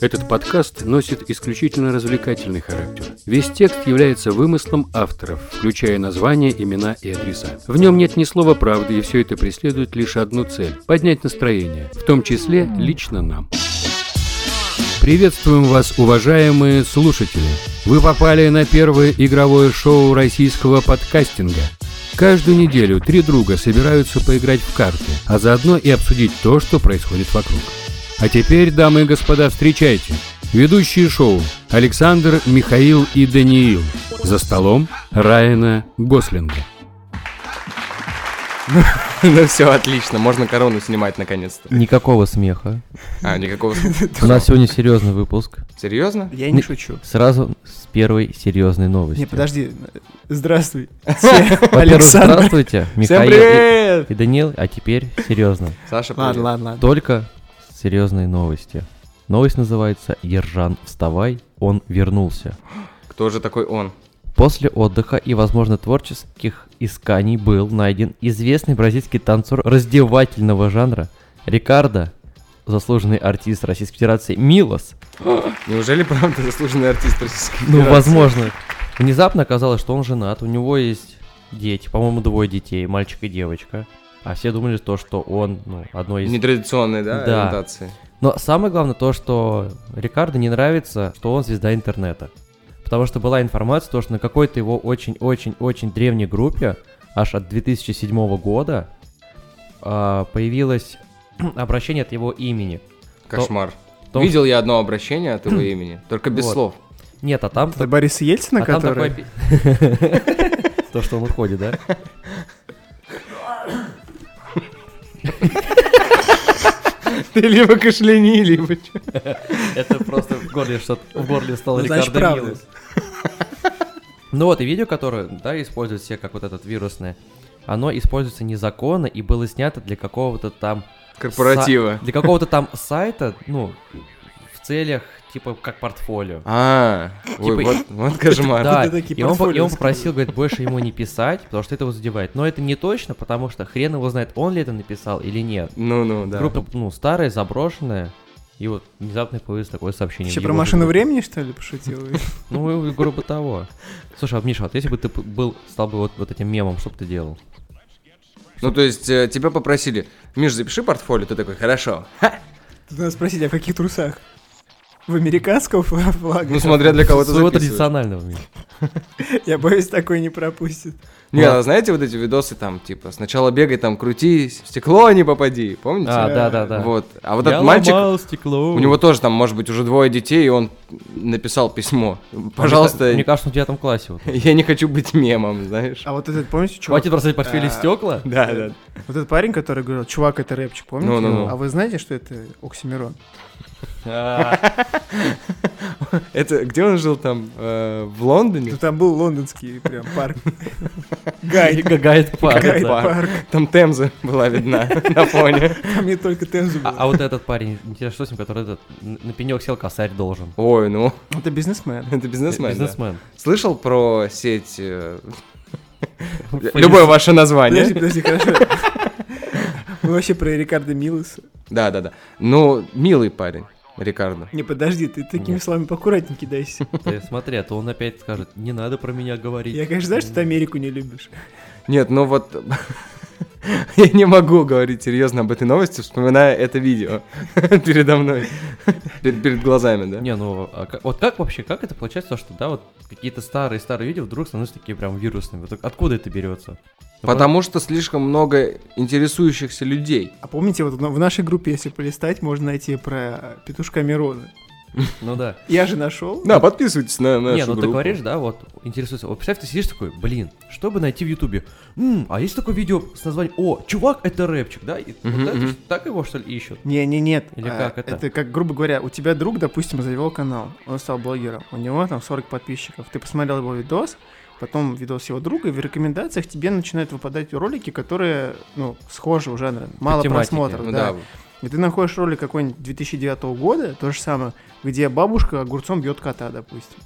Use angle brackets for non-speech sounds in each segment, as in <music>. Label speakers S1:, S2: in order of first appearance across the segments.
S1: Этот подкаст носит исключительно развлекательный характер. Весь текст является вымыслом авторов, включая названия, имена и адреса. В нем нет ни слова правды, и все это преследует лишь одну цель – поднять настроение, в том числе лично нам. Приветствуем вас, уважаемые слушатели! Вы попали на первое игровое шоу российского подкастинга. Каждую неделю три друга собираются поиграть в карты, а заодно и обсудить то, что происходит вокруг. А теперь, дамы и господа, встречайте. Ведущие шоу Александр, Михаил и Даниил. За столом Райана Гослинга.
S2: <laughs> Ну все, отлично, можно корону снимать наконец-то.
S3: Никакого смеха.
S2: А, никакого...
S3: <laughs> У нас сегодня серьезный выпуск.
S2: Серьезно?
S4: Я не шучу.
S3: Сразу с первой серьезной новостью.
S4: Не, подожди. Здравствуй.
S3: Во-первых,
S4: Александр.
S3: здравствуйте,
S2: Всем
S3: Михаил и-
S2: привет!
S3: и Данил. А теперь серьезно.
S2: Саша,
S4: Ладно,
S2: привет.
S4: ладно, ладно.
S3: Только серьезные новости. Новость называется «Ержан, вставай, он вернулся».
S2: Кто же такой он?
S3: После отдыха и, возможно, творческих исканий был найден известный бразильский танцор раздевательного жанра Рикардо, заслуженный артист Российской Федерации Милос.
S2: Неужели правда заслуженный артист Российской
S3: Ну,
S2: Федерации?
S3: возможно. Внезапно оказалось, что он женат, у него есть дети, по-моему, двое детей, мальчик и девочка. А все думали то, что он, ну, одно из...
S2: Нетрадиционной, да,
S3: Да.
S2: ориентации?
S3: Но самое главное то, что Рикардо не нравится, что он звезда интернета. Потому что была информация, то, что на какой-то его очень-очень-очень древней группе, аж от 2007 года, а, появилось <clears throat> обращение от его имени.
S2: Кошмар.
S3: то-
S2: Видел я одно обращение
S3: <clears throat>
S2: от его имени, только без
S3: Вот. <laughs>
S2: слов.
S3: Нет, а там...
S4: Это Борис Ельцина,
S3: а там такой
S4: который...
S3: пи- <laughs> То, что он уходит, да?
S2: Ты либо кашляни, либо чё?
S3: Это просто в горле что-то... В горле стал
S4: Ну, значит,
S3: Рикардо
S4: правда.
S3: Милос. Ну вот, и видео, которое, да, используют все, как вот этот вирусное, оно используется незаконно и было снято для какого-то там...
S2: Корпоратива.
S3: са- Для какого-то там сайта, ну, в целях, типа, как портфолио.
S2: А, ой,
S3: Типа- <laughs>
S2: вот- вот кошмар.
S3: Да,
S4: это такие
S3: и он, по- и
S4: портфолио
S3: он попросил, говорит, больше ему не писать, потому что это его задевает. Но это не точно, потому что хрен его знает, он ли это написал или нет.
S2: Ну-ну, да.
S3: Группа, ну, старая, заброшенная, и вот внезапно появилось такое сообщение.
S4: Вообще
S3: Его
S4: про
S3: же
S4: машину
S3: группа.
S4: времени, что ли, пошутил?
S3: Ну, и грубо того. Слушай, а, Миша, вот если бы ты п- был, стал бы вот, вот этим мемом, что бы ты делал?
S2: Ну, то есть, э, тебя попросили, Миш, запиши портфолио, ты такой, хорошо. Ха!
S4: Тут надо спросить, а в каких трусах? В американского фла- флага?
S2: Ну, смотря для кого ты
S3: Своего
S2: записываешь.
S3: традиционального мема. Ну,
S4: Я боюсь, такой не пропустит.
S2: Не,
S3: Ладно.
S2: а знаете вот эти видосы там, типа, сначала бегай там, крути, в стекло не попади, помните?
S3: А, да-да-да.
S2: Вот. А вот
S3: Я
S2: этот мальчик,
S3: ломал стекло.
S2: у него тоже там, может быть, уже двое детей, и он написал письмо. Пожалуйста,
S3: Мне, кажется, он в девятом классе. вот.
S2: я не хочу быть мемом,
S3: <laughs>
S2: знаешь?
S4: А вот этот, помните, чувак?
S3: Хватит бросать портфели
S4: А.
S3: стекла?
S2: <laughs> Да, да.
S4: Вот этот парень, который говорил, чувак, это рэпчик,
S3: Ну,
S4: помните?
S2: Ну-ну-ну.
S4: его? А вы знаете, что это Оксимирон?
S3: А,
S2: <laughs> Это где он жил там? Э, В Лондоне?
S4: Ну, там был лондонский прям парк. Гайд.
S3: Гагает пар,
S4: Гайд
S3: да.
S4: парк.
S2: Там Темза была видна <laughs> на фоне.
S4: Там не только Темзу
S3: А
S4: было.
S3: а вот этот парень, интересно, что с ним, который этот, н- на пенек сел, косарь должен.
S2: Ой, ну,
S4: Это бизнесмен.
S2: это бизнесмен, да.
S3: Бизнесмен.
S2: Слышал про сеть... э, Любое ваше название.
S4: Подожди, подожди, хорошо. Мы вообще про Рикардо Милоса.
S2: Да, да, да. Ну, милый парень, Рикардо.
S4: Не, подожди, ты такими словами поаккуратнее
S3: <laughs>
S4: кидайся.
S3: Ты Смотри, а то он опять скажет, не надо про меня говорить.
S4: Я, конечно, знаю, что ты Америку не любишь.
S2: Нет, ну вот... <laughs> Я не могу говорить серьезно об этой новости, вспоминая это видео <laughs> передо мной, перед, перед глазами, да?
S3: Не, ну, а ка- вот как вообще, как это получается, то, что, да, вот какие-то старые-старые видео вдруг становятся такие прям вирусными? Вот так откуда это берется? Ну,
S2: Потому что слишком много интересующихся людей.
S4: А помните, вот в нашей группе, если полистать, можно найти про петушка Мирона.
S3: по- Ну да.
S4: Я же нашел.
S2: Да, подписывайтесь на нашу
S3: Не, ну ты
S2: группу.
S3: говоришь, да, вот, интересуется. Вот представь, ты сидишь такой, блин, что бы найти в Ютубе? М, а есть такое видео с названием «О, чувак, это рэпчик», да? И вот
S2: Мгм,
S3: это
S2: мгм.
S3: ж- так его, что ли, ищут?
S4: Не, не, нет.
S3: Или
S4: А,
S3: как это?
S4: Это как, грубо говоря, у тебя друг, допустим, завел канал, он стал блогером, у него там 40 подписчиков, ты посмотрел его видос, потом видос его друга, и в рекомендациях тебе начинают выпадать ролики, которые, ну, схожи у жанра, мало
S3: тематике.
S4: просмотров,
S2: Ну
S4: да.
S2: да.
S4: И ты находишь ролик какой-нибудь 2009 года, то же самое, где бабушка огурцом бьет кота, допустим.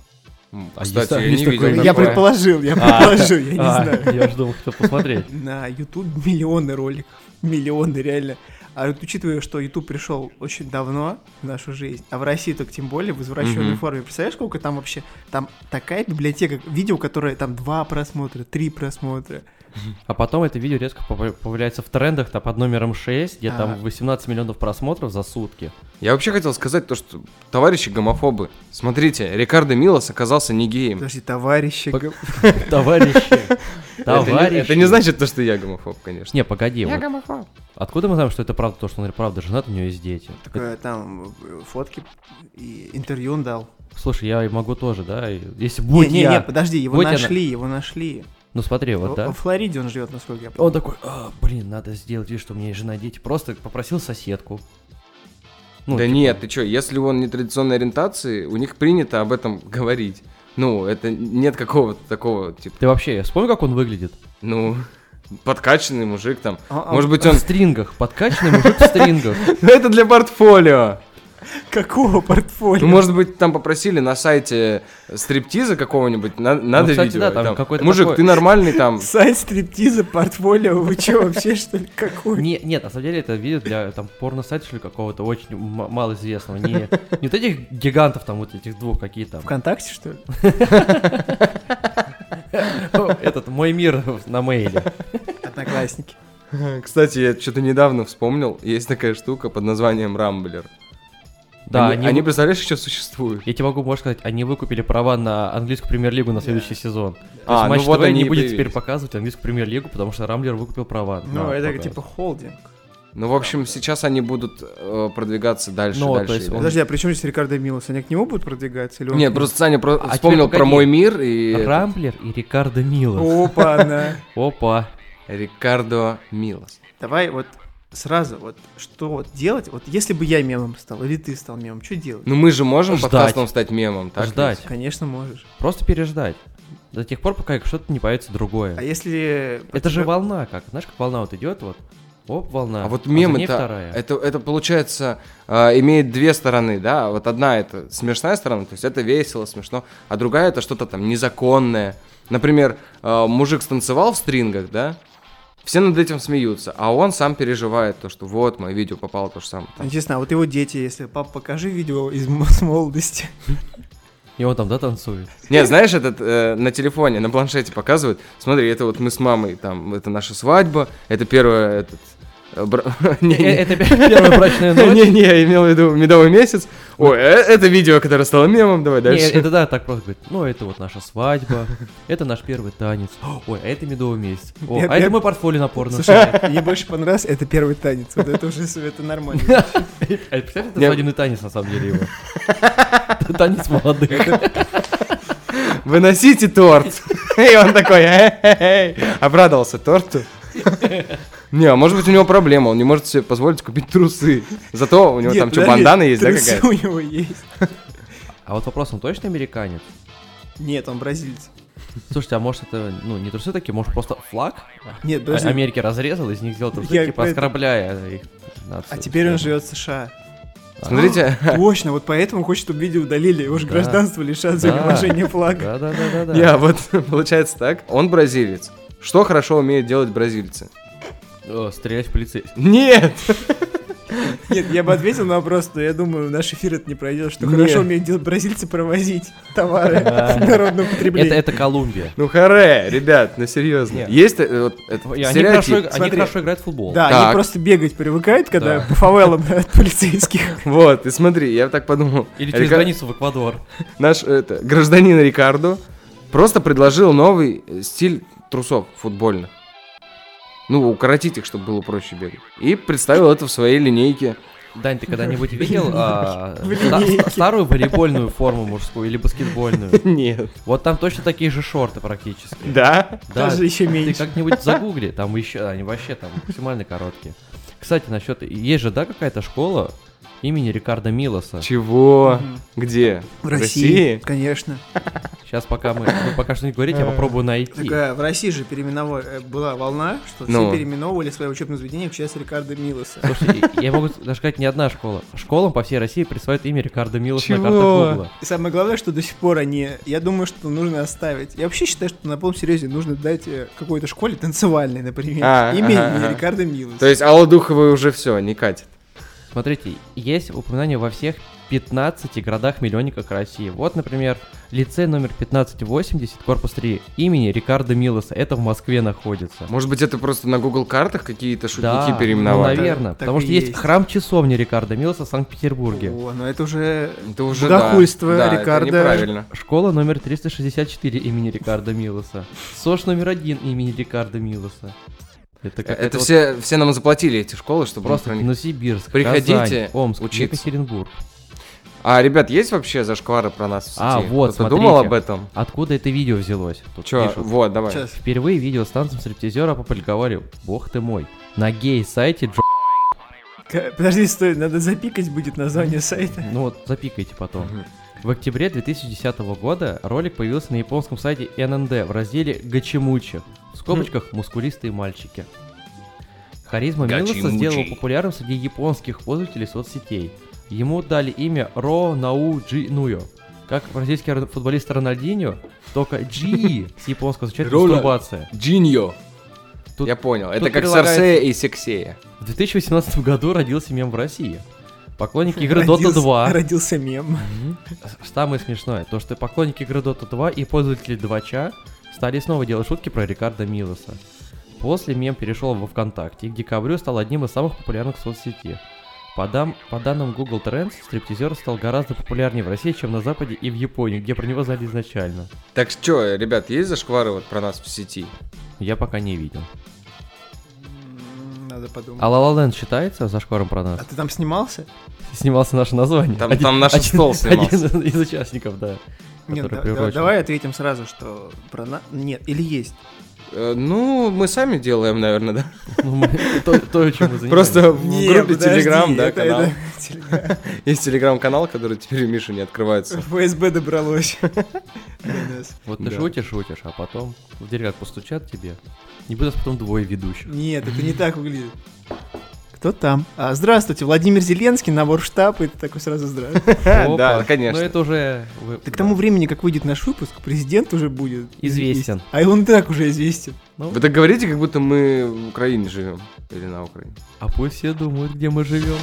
S2: М,
S3: А
S2: Кстати,
S3: есть-
S2: я
S3: есть
S2: не видел
S3: такое-
S2: такое.
S4: Я предположил, я предположил, я не
S2: <laughs>
S3: А,
S4: знаю.
S3: Я жду, что посмотреть.
S4: На YouTube миллионы роликов, миллионы реально. А вот учитывая, что YouTube пришел очень давно в нашу жизнь, а в России так тем более в извращенной
S2: Мгм.
S4: форме. Представляешь, сколько там вообще? Там такая библиотека видео, которые там два просмотра, три просмотра.
S3: А потом это видео резко попа- появляется в трендах, там под номером 6, где
S4: А.
S3: там 18 миллионов просмотров
S2: <laughs>
S3: за сутки.
S2: Я вообще хотел сказать то, что товарищи гомофобы, смотрите, Рикардо Милос оказался не геем.
S4: Подожди, товарищи.
S2: Пог-
S3: Товарищи!
S2: Это не,
S3: <laughs> Товарищи!
S2: это не значит то, что я гомофоб, конечно.
S3: Не, погоди. вот Откуда мы знаем, что это правда, то, что он правда женат, у него есть дети?
S4: Такое там э, фотки и интервью он дал.
S3: Слушай, я и могу тоже, да? и- Если будет
S4: не, не,
S3: я...
S4: не, подожди, его
S3: Будь я на-
S4: нашли, его нашли.
S3: Ну смотри,
S4: В-
S3: вот, да?
S4: В Флориде он живет, насколько я
S3: Он
S4: понимаю.
S3: такой, «А, блин, надо сделать вид, что у меня есть жена и дети. Просто попросил соседку. Ну,
S2: да
S3: типа,
S2: нет, ты что, если он не традиционной ориентации, у них принято об этом говорить. Ну, это нет какого-то такого, типа,
S3: Ты вообще, вспомни, как он выглядит?
S2: ну, подкачанный мужик там.
S4: А, а,
S2: Может быть,
S3: <laughs>
S2: он...
S3: В стрингах, подкачанный мужик в
S2: <laughs>
S3: стрингах.
S2: Ну, это для портфолио.
S4: Какого портфолио?
S2: Ну, может быть, там попросили на сайте стриптиза какого-нибудь, на- надо
S3: кстати,
S2: видео.
S3: да, там
S2: там,
S3: какой-то
S2: Мужик,
S3: такой-
S2: ты нормальный
S4: <laughs>
S2: там.
S4: Сайт стриптиза, портфолио, вы че вообще, что ли, какой?
S3: Не, нет, на самом деле это видео для там порно-сайта что ли, какого-то очень м-
S2: <laughs>
S3: малоизвестного. Не, не вот этих гигантов, там вот этих двух, какие там.
S4: Вконтакте, что ли?
S3: Ну, Этот мой мир на мейле.
S4: Одноклассники.
S2: Кстати, я что-то недавно вспомнил, есть такая штука под названием Рамблер.
S3: Да,
S2: они,
S3: они,
S2: они,
S3: вы-
S2: представляешь, еще существуют.
S3: Я тебе могу, можно сказать, они выкупили права на английскую премьер-лигу на следующий сезон. То есть
S2: А, ну
S3: Матч
S2: вот
S3: TV
S2: они
S3: не
S2: и
S3: будет теперь
S2: появились.
S3: показывать английскую премьер-лигу, потому что Рамблер выкупил права.
S4: Ну,
S3: на
S4: это
S3: показ.
S4: типа холдинг.
S2: Ну, в общем, сейчас они будут э, продвигаться дальше,
S3: Ну, то
S2: дальше.
S3: есть
S2: и
S3: он-
S2: дальше.
S4: Подожди, а при чем здесь Рикардо Милос? Они к нему будут продвигаться? Или он
S2: Нет,
S4: к ним?
S2: просто Саня про-
S3: А
S2: вспомнил
S3: теперь
S2: про
S3: погоди.
S2: мой мир и... этот-
S3: Рамблер и Рикардо Милос.
S4: Опа-на.
S3: Опа.
S2: Рикардо Милос.
S4: Давай вот сразу, вот что вот делать? Вот если бы я мемом стал, или ты стал мемом, что делать?
S2: Ну, мы же можем
S3: Ждать.
S2: подкастом стать мемом, так?
S3: Ждать.
S4: Конечно, можешь.
S3: Просто переждать. До тех пор, пока что-то не появится другое.
S4: А если...
S3: Это же волна как. Знаешь, как волна вот идет вот. Оп, волна.
S2: А вот
S3: за
S2: мем
S3: ней
S2: это,
S3: вторая.
S2: это, это получается, э, имеет две стороны, да? Вот одна это смешная сторона, то есть это весело, смешно, а другая это что-то там незаконное. Например, э, мужик станцевал в стрингах, да? Все над этим смеются, а он сам переживает то, что вот, мое видео попало то же самое. там.
S4: Интересно, а вот его дети, если пап, покажи видео из м- с молодости.
S3: И он там, да, <laughs> танцует.
S2: Нет, знаешь, этот э, на телефоне, на планшете показывают. Смотри, это вот мы с мамой, там, это наша свадьба, это первое, этот... э, бра- <laughs>
S3: Э,
S2: Не-не.
S3: э, Это первая <laughs> брачная ночь.
S2: Не-не, я имел в виду медовый месяц. Ой, э, это видео, которое стало мемом, давай
S3: Не,
S2: дальше.
S3: это да, так просто говорит. Ну, это вот наша <laughs> свадьба, это наш первый танец. <gasps> Ой, а это медовый месяц. О,
S4: Я-
S3: а
S4: я-
S3: это мы портфолио на
S2: Ну
S3: порно.
S4: Слушай, мне больше понравился, это первый танец. Вот это уже с- это нормально.
S3: А представь, это
S2: Я-
S3: свадебный танец, на самом деле, его. Это <laughs> Танец молодых.
S2: <laughs> Выносите
S3: <laughs>
S2: торт. И он такой, э, «Эй-эй-эй». обрадовался
S3: <laughs>
S2: торту. Не, а может быть у него проблема, он не может себе позволить купить трусы. Зато у него
S4: Нет,
S2: там что,
S4: подожди,
S2: бандана есть, да,
S4: трусы
S2: какая-то?
S4: у него есть.
S3: А вот вопрос, он точно американец?
S4: Нет, он бразильец.
S3: Слушайте, а может это, ну, не трусы такие, может просто флаг
S4: Нет,
S3: А-
S4: подожди.
S3: Америки разрезал, из них сделал трусы,
S4: Я
S3: типа
S4: поэтому-
S3: оскорбляя их
S4: А
S3: нацию.
S4: теперь он живет в
S3: <laughs>
S4: США.
S2: Смотрите, <laughs>
S4: Точно, вот поэтому хочет, чтобы видео удалили. Его же
S3: Да.
S4: гражданство лишат за
S3: Да.
S4: неношение флага.
S3: Да-да-да-да.
S2: не, а вот <laughs> получается так, он бразилец. Что хорошо умеют делать бразильцы?
S3: О, стрелять в полицейских.
S2: Нет!
S4: Нет, я бы ответил на вопрос, но я думаю, наш эфир это не пройдет, что
S2: Нет.
S4: хорошо умеют делать бразильцы провозить товары
S3: Да.
S4: <laughs> народного
S3: Это,
S4: потребления.
S3: это Колумбия.
S2: Ну харе, ребят, ну серьезно.
S3: Нет.
S2: Есть э, вот этот
S3: Ой, Они
S2: стереотип.
S3: хорошо, они
S4: Смотри.
S3: хорошо играют в футбол.
S4: Да,
S2: Так.
S4: они просто бегать привыкают, когда
S3: Да.
S4: по фавелам <laughs> от полицейских.
S2: Вот, и смотри, я так подумал.
S3: Или через
S2: Рика-
S3: границу в Эквадор.
S2: Наш это, гражданин Рикардо просто предложил новый э, стиль трусов футбольных. Ну, укоротить их, чтобы было проще бегать. И представил это в своей линейке.
S3: Дань, ты когда-нибудь видел а,
S4: В
S3: ста-
S4: линейке.
S3: старую волейбольную форму мужскую или баскетбольную?
S2: Нет.
S3: Вот там точно такие же шорты практически.
S2: Да?
S3: <laughs> Да,
S4: Даже еще
S3: ты
S4: меньше.
S3: как-нибудь загугли, там еще они вообще там максимально короткие. Кстати, насчет, есть же, да, какая-то школа, имени Рикардо Милоса.
S2: Чего?
S4: Мгм.
S2: Где?
S4: В России, конечно.
S3: Сейчас пока мы вы пока что не говорите, я попробую найти.
S4: Такая, в России же переименова- э, была волна, что
S2: Ну.
S4: все переименовывали свое учебное заведение в честь Рикардо Милоса.
S3: Слушай, и- я могу даже сказать, не одна школа. Школам по всей России присваивают имя Рикардо Милоса на
S2: Чего?
S3: картах Гугла.
S4: И самое главное, что до сих пор они... Я думаю, что нужно оставить. Я вообще считаю, что на полном серьезе нужно дать э, какой-то школе танцевальной, например,
S2: А,
S4: имени
S2: ага, ага.
S4: Рикардо Милоса.
S2: То есть Алла Духова уже все, не катит.
S3: Смотрите, есть упоминания во всех 15 городах-миллионниках России. Вот, например, лицей номер 1580, корпус 3, имени Рикардо Милоса. Это в Москве находится.
S2: Может быть, это просто на Google картах какие-то шутники
S3: Да,
S2: переименовали?
S3: Ну, наверное,
S4: Так
S3: потому
S4: и
S3: что есть,
S4: есть.
S3: храм-часовня Рикардо Милоса в Санкт-Петербурге.
S4: О, но это уже...
S2: Это уже да.
S4: Богохульство,
S2: Да, это
S4: Рикардо.
S2: неправильно.
S3: Школа номер 364 имени Рикардо Милоса. СОЖ номер 1 имени Рикардо Милоса. Это
S2: Э,
S3: как
S2: Это
S3: вот
S2: все, все нам заплатили эти школы, чтобы
S3: Просто
S2: мы про них-
S3: Новосибирск,
S2: Приходите
S3: Казань, Омск,
S2: учиться.
S3: Екатеринбург.
S2: А, ребят, есть вообще зашквары про нас в сети?
S3: А, вот,
S2: Кто-то думал
S3: смотрите.
S2: об этом?
S3: Откуда это видео взялось? Тут
S2: Че,
S3: пишут.
S2: вот, давай.
S4: Сейчас.
S3: Впервые видео с танцем стриптизера опубликовали. Бог ты мой. На гей-сайте Джо...
S4: К- Подожди, стой, надо запикать будет название сайта.
S3: Ну вот, запикайте потом.
S2: Мгм.
S3: В октябре 2010 года ролик появился на японском сайте ННД в разделе «Гачимучи». В скобочках «Мускулистые мальчики». Харизма Милоса
S2: Гачимучи.
S3: сделала популярным среди японских пользователей соцсетей. Ему дали имя Ро Нау Джи Нуйо. Как бразильский рон- футболист Рональдиньо, только
S4: <laughs>
S3: G с японского означает
S2: Рола-
S3: мастурбация.
S2: Джиньо.
S3: Тут-
S2: Я понял. Это
S3: тут
S2: как
S3: прилагается-
S2: Сарсея и Сексея.
S3: В 2018 году родился мем в России. Поклонники игры Dota
S4: <laughs> Родился-
S3: 2
S4: Родился мем.
S3: Самое смешное, то что поклонники игры Dota 2 и пользователи 2ча стали снова делать шутки про Рикардо Милоса. После мем перешел во ВКонтакте и к декабрю стал одним из самых популярных в соцсети. По, дам- по данным Google Trends, стриптизер стал гораздо популярнее в России, чем на Западе и в Японии, где про него знали изначально.
S2: Так что, ребят, есть зашквары вот про нас в сети?
S3: Я пока не видел.
S4: М, Надо подумать.
S3: А La La Land считается за шкором про
S4: А
S3: нас?
S4: ты там снимался?
S3: Снимался наше название.
S2: Там- там наш стол снимался.
S3: Один из участников, да.
S4: Нет,
S3: который
S4: да- да-
S3: приурочен.
S4: давай ответим сразу, что про на... Нет, или есть.
S2: Э, ну, мы сами делаем, наверное, да?
S3: Ну, мы- То, то, чем мы занимались.
S2: Просто в
S4: Не,
S2: группе
S4: подожди,
S2: Телеграм, да,
S4: это-
S2: канал.
S4: <laughs> это Телеграм.
S2: Есть Телеграм-канал, который теперь у Миши не открывается. <laughs>
S4: ФСБ добралось до нас.
S3: Вот ты
S2: Да.
S3: шутишь, шутишь, а потом в дверь как постучат тебе. И будет нас потом двое ведущих.
S4: Нет, это не так выглядит. Кто там? А, здравствуйте, Владимир Зеленский, набор штаб, и ты такой сразу здравствуйте.
S3: Опа.
S2: да, конечно.
S3: Но это уже... вы-
S4: Да к тому
S3: да.
S4: времени, как выйдет наш выпуск, президент уже будет.
S3: Известен.
S4: А он и так уже известен.
S2: Вы так говорите, как будто мы в Украине живем. Или на Украине.
S3: А пусть все думают, где мы живем.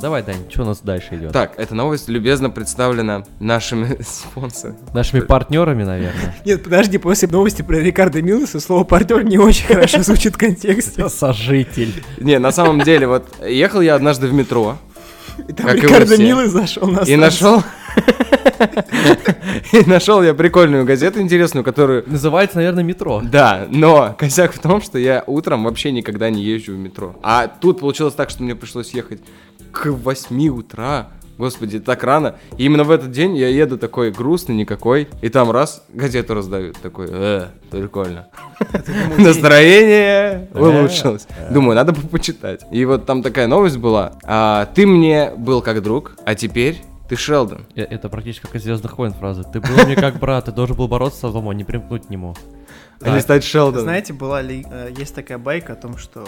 S3: Давай, Дань, что у нас дальше идет?
S2: Так, эта новость любезно представлена нашими <laughs> спонсорами.
S3: Нашими партнерами,
S4: <laughs>
S3: наверное.
S4: Нет, подожди, после новости про Рикардо Милоса слово партнер не очень хорошо звучит в контексте.
S3: Сожитель.
S2: Не, на самом деле, вот ехал я однажды в метро
S4: И
S2: <laughs>
S4: там
S2: Как и вы
S4: Рикардо
S2: все.
S4: Милос зашел на
S2: и
S4: станцию.
S2: нашел... <laughs> И нашел я прикольную газету интересную, которую...
S3: Называется, наверное, метро.
S2: Да, но косяк в том, что я утром вообще никогда не езжу в метро. А тут получилось так, что мне пришлось ехать к 8 утра. Господи, так рано. И именно в этот день я еду такой грустный, никакой. И там раз, газету раздают. Такой, э, прикольно. Настроение улучшилось. Думаю, надо бы почитать. И вот там такая новость была. А, Ты мне был как друг, а теперь ты Шелдон.
S3: Э, Это практически как из Звездных войн фраза. Ты был мне как брат, ты должен был бороться со злом, а не примкнуть к нему.
S2: Или А стать Шелдоном.
S4: Знаете, была ли, э, есть такая байка о том, что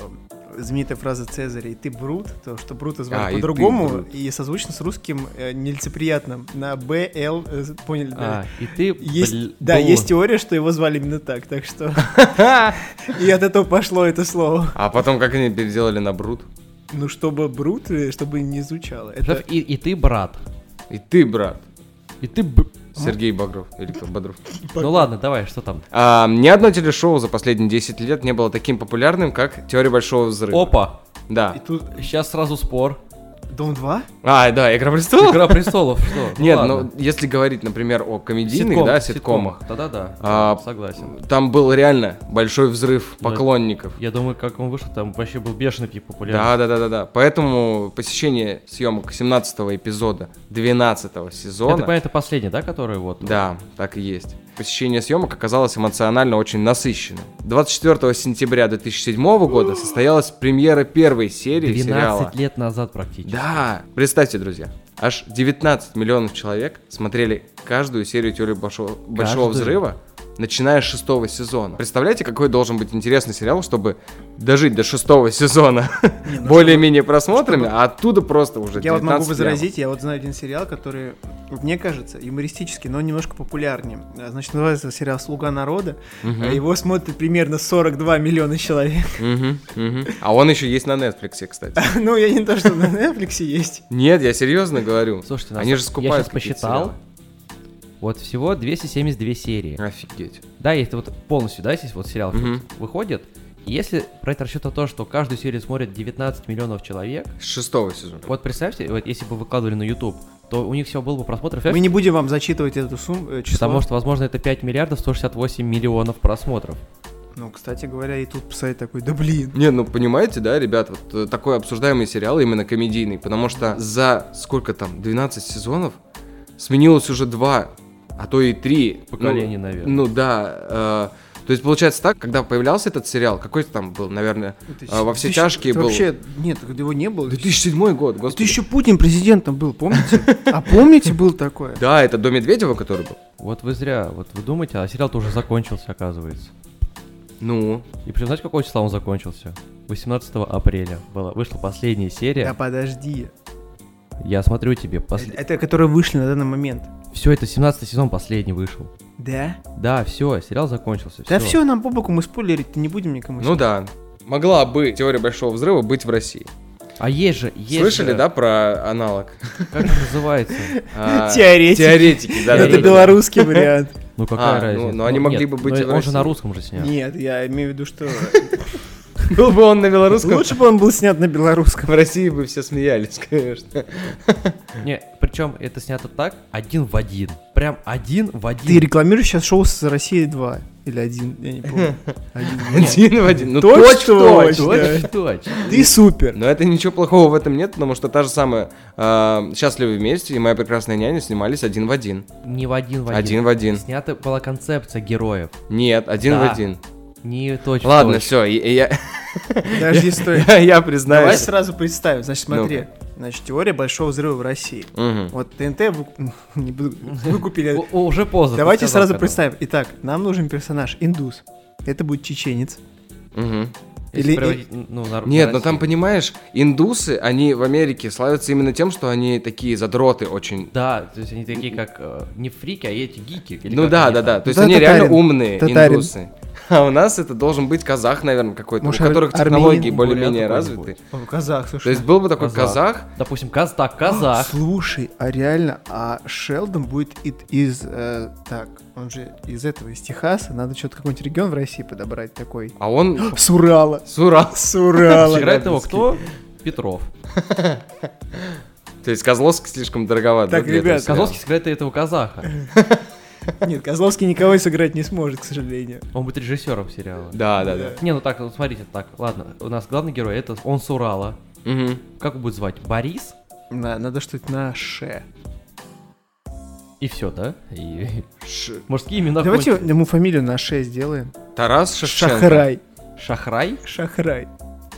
S4: знаменитая фраза Цезаря «и ты Брут», то, что
S2: А,
S4: Брута
S2: и
S4: звали
S2: ты
S4: по-другому,
S2: Брут.
S4: и, созвучно с русским э, нелицеприятным, на «б», «л», э, поняли, да?
S3: А, и ты...
S4: Есть,
S3: бл-
S4: да,
S3: был-
S4: есть теория, что его звали именно так, так что... <laughs> И от этого пошло это слово.
S2: <laughs> А потом как они переделали на Брут?
S4: Ну, чтобы Брут, э, чтобы не звучало. Это...
S3: Представь, И, и ты брат.
S2: И ты, брат.
S3: И ты... б-
S2: Сергей Багров. Или кто? Бодров.
S3: Ну ладно, давай, что там?
S2: А, ни одно телешоу за последние 10 лет не было таким популярным, как «Теория большого взрыва».
S3: Опа!
S2: Да.
S4: И тут
S3: Сейчас сразу спор.
S4: Дом 2?
S2: А, да, «Игра престолов».
S3: Игра престолов, что?
S2: Нет,
S3: ладно.
S2: ну если говорить, например, о комедийных,
S3: Ситком-
S2: да, ситкомах,
S3: Тогда да,
S2: А,
S3: согласен.
S2: там был реально большой взрыв
S3: Да.
S2: поклонников.
S3: Я думаю, как он вышел, там вообще был бешеный пик популярности.
S2: Да, да, да, да, да. Поэтому посещение съемок 17 эпизода 12
S3: Это,
S2: сезона.
S3: понятно, это последний, да, который вот?
S2: Да, так и есть. Посещение съемок оказалось эмоционально очень насыщенным. 24 сентября 2007 года состоялась премьера первой серии
S3: 12
S2: сериала.
S3: лет назад практически.
S2: Да, представьте, друзья, аж 19 миллионов человек смотрели каждую серию «Теории большого, большого
S3: Каждую?
S2: взрыва», начиная с шестого сезона. Представляете, какой должен быть интересный сериал, чтобы дожить до шестого сезона
S4: ну
S2: <laughs> более-менее просмотрами, а оттуда просто уже
S4: Я вот могу
S2: 19
S4: возразить, я вот знаю один сериал, который, вот мне кажется, юмористический, но немножко популярнее. А, Значит, называется сериал «Слуга народа».
S2: Мгм.
S4: А Его смотрит примерно 42 миллиона человек. <laughs>
S2: миллионов. Мгм, мгм. А он еще есть на Netflix, кстати.
S4: Ну, я не то, что на Netflix есть.
S2: Нет, я серьезно говорю.
S3: Слушайте, на
S2: они же
S3: самом-
S2: скупают.
S3: я сейчас
S2: какие-то
S3: посчитал. Вот всего 272 серии.
S2: сериалы. Офигеть.
S3: Да, если вот полностью, да, здесь вот сериал
S2: Мгм.
S3: выходит. И если брать расчет на то, что каждую серию смотрит 19 миллионов человек,
S2: С шестого сезона.
S3: вот представьте, вот если бы выкладывали на YouTube, то у них всего было бы просмотров,
S4: Мы не будем вам зачитывать эту сумму, э, число.
S3: потому что, возможно, это 5 миллиардов 168 миллионов просмотров.
S4: Ну, кстати говоря, и тут писать такой, да блин.
S2: Не, ну понимаете, да, ребят, вот э, такой обсуждаемый сериал именно комедийный, потому что за сколько там, 12 сезонов сменилось уже два, а то и три.
S3: Поколение,
S2: ну,
S3: наверное.
S2: Ну да, э, то есть получается так, когда появлялся этот сериал, какой-то там был, наверное, а, во все
S4: Тысяч-
S2: тяжкие
S4: это
S2: был.
S4: Вообще, нет, его не было.
S2: 2007 год,
S4: Это
S2: господи.
S4: еще Путин президентом был, помните? А помните, был такое?
S2: Да, это до Медведева, который был.
S3: Вот вы зря, вот вы думаете, а сериал-то уже закончился, оказывается.
S2: Ну,
S3: И причем, знаете, какого числа он закончился? 18 апреля была, вышла последняя
S4: Да
S3: серия.
S4: подожди.
S3: Я смотрю тебе,
S4: Это которые вышли на данный момент.
S3: все, это 17 сезон последний вышел.
S4: Да?
S3: Да, все, сериал закончился.
S4: Да
S3: всё.
S4: все, нам по боку, мы спойлерить не будем никому.
S2: ну да. Могла бы теория большого взрыва быть в России.
S3: А есть же, есть
S2: Слышали,
S3: же-
S2: да, про <laughs> аналог?
S3: Как это
S2: <laughs>
S3: называется?
S2: А,
S4: Теоретики.
S2: Теоретики, да.
S4: Это
S2: да,
S3: Теоретики.
S2: да. <laughs>
S4: белорусский вариант.
S3: Ну какая
S2: А, ну,
S3: разница?
S2: ну, они могли бы быть
S3: но
S2: и в
S3: Он же
S2: России.
S3: на русском же снял.
S4: Нет, я имею в виду, что
S2: <laughs> Был бы он на белорусском,
S4: лучше бы он был снят на
S2: <laughs>
S4: белорусском.
S2: в России бы все смеялись, конечно.
S3: Не, причем это снято так, один в один. Прям один в один.
S4: Ты рекламируешь сейчас шоу с Россией 2 или один, я не <laughs> помню. Один.
S2: Один в один. Ну,
S4: Точь
S2: точь
S4: в
S2: точь.
S4: точь,
S3: <laughs>
S4: да.
S3: Точь в точь.
S4: Ты супер.
S2: Но это ничего плохого в этом нет, потому что та же самая э, «Счастливы вместе» и «Моя прекрасная няня» снимались один в один.
S3: Не в один в один.
S2: Один в один.
S3: Снята была концепция героев.
S2: Нет, один в
S3: Да.
S2: один.
S3: Не точь в
S2: Ладно,
S3: точь.
S2: все, я <laughs>
S4: Подожди, стой.
S2: я- я
S4: Давай
S2: признаюсь.
S4: сразу представим. Значит,
S2: Ну-ка.
S4: смотри. Значит, теория большого взрыва в России.
S2: Мгм.
S4: Вот ТНТ вы- <laughs> не буду- выкупили
S3: О- о, Уже поздно. ты
S4: Давайте
S3: сказал,
S4: сразу
S3: когда.
S4: представим. Итак, нам нужен персонаж индус. Это будет чеченец.
S2: Мгм.
S3: Если
S4: Или-
S3: переводить, ну, на- на
S2: Нет, но
S3: Россию.
S2: там, понимаешь, индусы, они в Америке славятся именно тем, что они такие задроты очень.
S3: Да, то есть они такие как э, не фрики, а эти гики. или
S2: Ну
S3: как
S2: да,
S3: они
S2: да,
S3: там.
S2: да. То есть
S4: Да,
S2: они
S4: татарин.
S2: реально умные
S4: Татарин.
S2: индусы. А у нас это должен быть казах, наверное, какой-то, у
S4: Может, ар-
S2: которых
S4: армянин,
S2: технологии
S4: бурят
S2: более-менее
S3: какой-нибудь.
S2: развиты.
S4: О, казах,
S2: То
S4: слушай.
S2: есть был бы такой казах,
S3: Допустим, каз,
S2: <gasps>
S3: так, казах.
S4: Слушай, а реально, а Шелдон будет и- из... э, так, он же из этого, из Техаса. Надо что-то какой-нибудь регион в России подобрать такой.
S2: а он <gasps>
S4: С Урала.
S2: с Урала.
S4: С Урала.
S3: Сыграет его кто? Петров.
S2: То есть Козловский слишком дороговат. да,
S4: Так,
S2: для этого
S4: ребят,
S2: сериала?
S3: Козловский сыграет этого казаха.
S4: Нет, Козловский никого и сыграть не сможет, к сожалению.
S3: Он будет режиссером сериала.
S2: Да, да, да.
S3: Не, ну так, ну смотрите, так, ладно. У нас главный герой, это он с Урала.
S2: Мгм.
S3: Как его будет звать? Борис?
S4: На- надо что-то на Ше.
S3: И все, да? И... <laughs>
S2: Ш-
S3: Мужские имена
S4: Давайте
S3: кончились.
S4: ему фамилию на Ше сделаем.
S2: Тарас Шевченко.
S4: Шахрай.
S3: Шахрай?
S4: Шахрай.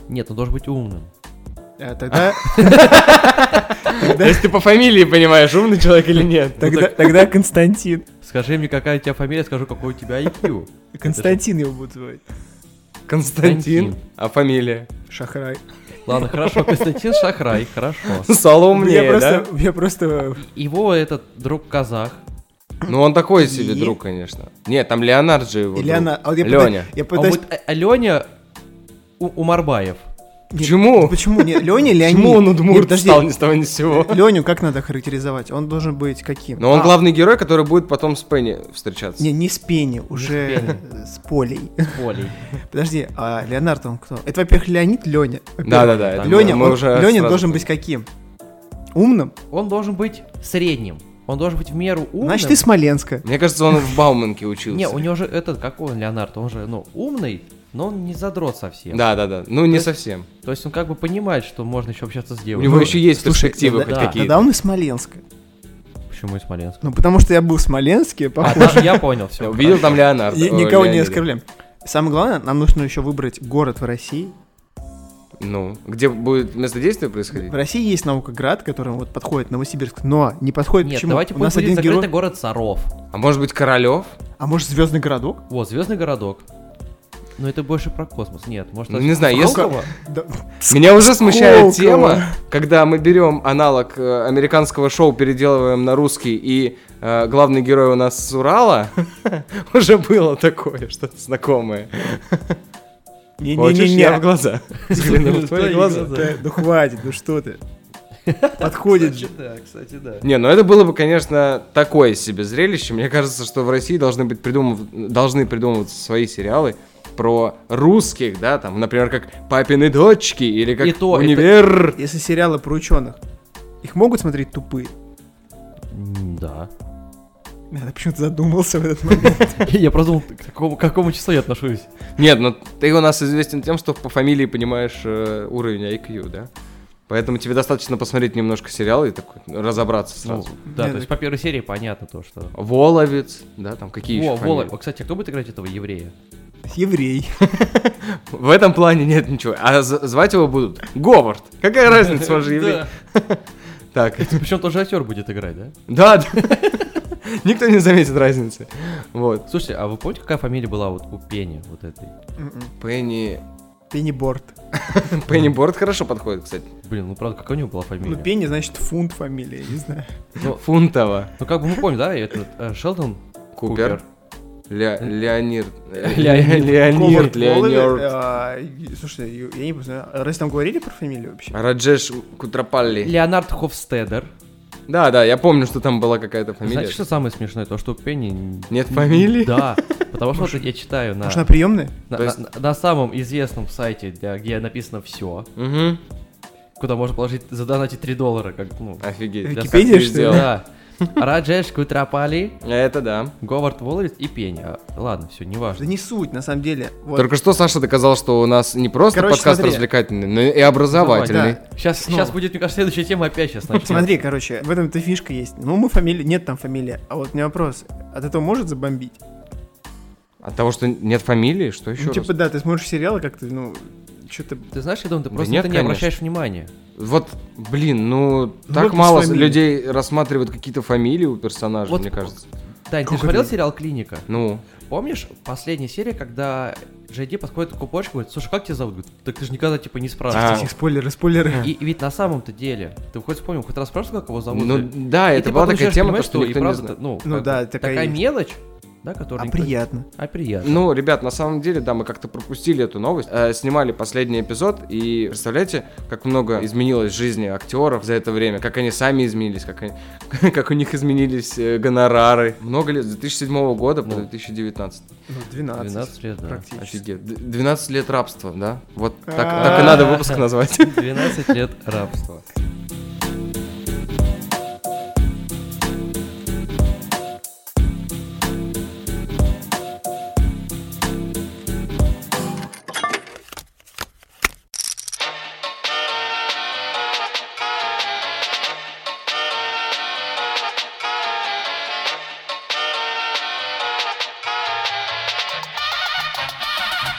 S3: Нет, он должен быть умным.
S2: <laughs>
S4: А, тогда,
S2: То есть ты по фамилии понимаешь, умный человек или нет?
S4: тогда, тогда Константин.
S3: Скажи мне, какая у тебя фамилия, скажу, какой у тебя IQ.
S4: Константин его будут звать.
S2: Константин.
S3: Константин.
S2: А фамилия?
S4: Шахрай.
S3: Ладно, хорошо, <laughs> Константин Шахрай, хорошо.
S4: я,
S2: Соломнее, да? <laughs>
S4: просто, я просто...
S3: Его этот друг казах.
S2: Ну он такой себе
S4: И-
S2: друг, конечно. Нет, там Леонард же его друг.
S4: Ильяна... а вот я пыта-
S2: Лёня.
S4: Я
S3: Он
S4: пытаюсь...
S3: будет А- Алёня У- Умарбаев.
S4: Нет,
S2: Почему?
S4: Почему? Не, Леня, Леонид.
S2: Почему он
S4: Нет,
S2: удмурт
S4: подожди.
S2: стал ни с того ни с сего?
S4: Леню как надо характеризовать? Он должен быть каким?
S2: Но он
S4: А,
S2: главный герой, который будет потом с Пенни встречаться.
S4: Не, не с Пени,
S3: с
S4: уже э, с Полей. <laughs>
S3: Полей.
S4: Подожди, а Леонард он кто? Это, во-первых, Леонид Леня.
S2: Да, да, да.
S4: Леня,
S2: мы
S4: он-
S2: уже
S4: Леня
S2: сразу
S4: должен
S2: поняли.
S4: быть каким? Умным?
S3: Он должен быть средним. Он должен быть в меру умным.
S4: Значит, ты Смоленска.
S2: Мне кажется, он в Бауманке учился.
S3: Не, у него же этот, какой он, Леонард, он же, ну, умный, но он не задрот совсем.
S2: Да, да, да. Ну, не совсем.
S3: То есть он как бы понимает, что можно еще общаться с
S2: У
S3: девушкой. Ну,
S2: него еще есть
S4: слушай,
S2: перспективы
S3: да,
S2: хоть
S3: да.
S2: какие-то.
S4: Тогда он из Смоленска.
S3: Почему из Смоленска?
S4: Ну, потому что я был в Смоленске,
S3: А,
S4: похоже.
S3: даже я понял, все.
S2: Я Увидел там Леонард.
S4: Ни-
S2: о,
S4: Никого не
S2: Леонида.
S4: оскорбляем. Самое главное, нам нужно еще выбрать город в России.
S2: Ну, где будет место действия происходить?
S4: В России есть Наукоград, которым вот подходит Новосибирск, но не подходит
S3: Нет,
S4: почему?
S3: давайте
S4: У нас
S3: пусть будет
S4: один
S3: закрытый
S4: герой.
S3: город Саров.
S2: А может быть, Королев?
S4: А может, Звездный городок?
S3: Вот, звездный городок. Но это больше про космос. Нет, может...
S2: Ну, не знаю, если-
S3: Сколково?
S4: Да.
S2: Меня уже смущает
S4: Сколково.
S2: тема, когда мы берем аналог э, американского шоу, переделываем на русский, и э, главный герой у нас с Урала. Уже было такое, что-то знакомое. Хочешь, я в
S4: Не-не-не-не.
S2: глаза. Взгляну в твои
S3: Твои
S2: глаза.
S4: а Да, Ну хватит, ну что ты. Подходит же.
S3: Да, кстати, да.
S2: Не, ну это было бы, конечно, такое себе зрелище. Мне кажется, что в России должны быть придумыв... должны придумываться свои сериалы про русских, да, там, например, как «Папины дочки» или как
S3: И то, это-
S2: «Универ».
S4: Если сериалы про ученых, их могут смотреть тупые?
S3: М, Да. <laughs>
S4: Я почему-то задумался в этот
S2: <laughs>
S4: момент.
S3: Я продумал, к какому, к какому числу я отношусь.
S2: Нет, ну ты у нас известен тем, что по фамилии понимаешь э, уровень IQ, да? Поэтому тебе достаточно посмотреть немножко сериала и такой разобраться
S3: Ну,
S2: сразу.
S3: да, то
S4: Не, ну-
S3: есть по первой серии понятно то, что...
S2: Воловец, да, там какие
S3: О,
S2: еще фамилии?
S3: Воло- О, кстати, а кто будет играть этого еврея?
S4: Еврей.
S2: В этом плане нет ничего. А з- звать его будут Говард. Какая разница,
S3: <laughs>
S2: он же еврей. Так,
S3: Причем тоже актер будет играть, да?
S2: Да, да. Никто не заметит разницы. Вот.
S3: Слушайте, а вы помните, какая фамилия была вот у Пени вот этой?
S4: Мгм.
S2: М-м. Пенни...
S4: Пенни Борт.
S2: Пенни Борт хорошо подходит, кстати.
S3: Блин, ну правда, какая у него была
S4: Ну,
S3: фамилия?
S4: Пенни, значит, фунт фамилия, я не знаю.
S3: Ну,
S2: Фунтова.
S3: ну, как бы мы помним, да, этот э, Шелдон
S2: Купер. Ле- Леонир.
S3: Леонид.
S2: Леонир.
S4: Говард Волове,
S2: Леонир.
S4: а, и- Слушай, я я не знаю, раз там говорили про фамилию
S3: А.
S4: вообще?
S2: Раджеш Кутрапалли.
S3: Леонард Хофстедер.
S2: Да, да, я помню, что там была какая-то фамилия.
S3: Знаете, что самое смешное? То, что у Пенни...
S2: Нет фамилии?
S3: Да, потому что вот я читаю на,
S4: Может, на приемные?
S3: на-
S2: То есть-
S3: на- на самом известном сайте, да, где написано все,
S2: Мгм.
S3: куда можно положить, задонатить 3 доллара, как, ну...
S2: Офигеть.
S4: Википедия,
S2: А, Ты
S4: что ли?
S2: сделал.
S3: Да. Раджеш Кутрапали,
S2: А Это да.
S3: Говард Воловец и Пенни. А, Ладно, все,
S4: Да
S3: неважно.
S4: не суть, на самом деле. Вот.
S2: Только что Саша доказал, что у нас не просто
S4: Короче,
S2: подкаст
S4: смотри.
S2: развлекательный, но и образовательный.
S4: Да.
S3: Сейчас,
S4: Снова.
S3: сейчас будет, мне кажется, следующая тема опять
S4: <laughs>
S3: сейчас
S2: Типа,
S3: начнется.
S4: Смотри, короче, в этом-то фишка есть. Ну, мы фамилия, нет там фамилия. А вот у меня вопрос, от этого может забомбить?
S2: От того, что нет фамилии, что еще
S4: ну,
S2: раз?
S4: типа, да, ты смотришь сериалы как-то, ну, что-то...
S3: Ты знаешь, я думаю, ты
S2: Да
S3: просто
S2: нет,
S3: это не
S2: конечно.
S3: обращаешь внимания.
S2: Вот, блин, ну,
S4: Ну,
S2: так
S4: вот без
S2: мало с-
S4: фамилий.
S2: людей рассматривают какие-то фамилии у персонажей,
S3: Вот-
S2: мне кажется.
S3: Тань, ты
S4: Как
S3: же смотрел
S4: это?
S3: сериал «Клиника»?
S2: Ну,
S3: Помнишь последняя серия, когда Джейди подходит к купочку и говорит, слушай, как тебя зовут? Говорит, так ты же никогда типа не
S2: А.
S3: спрашиваешь.
S4: Тихо, спойлеры, спойлеры.
S3: И, и ведь на самом-то деле, ты хоть вспомнил, хоть раз спрашивал, как его зовут?
S2: ну
S3: И- э, и
S2: да, это
S3: ты
S2: была
S3: потом
S2: такая
S3: начинаешь
S2: тема, то,
S3: понимать,
S2: что никто
S3: и
S2: не
S3: правда,
S2: знает.
S3: ну,
S4: Ну
S3: как
S4: да,
S3: бы
S4: такая есть.
S3: мелочь, да, которая
S4: А
S3: никто-
S4: приятно.
S3: А приятно.
S2: Ну, ребят, на самом деле, да, мы как-то пропустили эту новость. Э, снимали последний эпизод, и представляете, как много изменилось в жизни актеров за это время, как они сами изменились, как, они- <laughs> как у них изменились э, гонорары. Много лет, с 2007 года по
S3: Ну.
S2: 2019.
S4: Ну, 12.
S3: 12 лет, да.
S4: Практически.
S2: Офигеть. Д- 12 лет рабства, да? Вот так,
S4: А.
S2: так и надо выпуск назвать. <laughs>
S3: 12 лет рабства.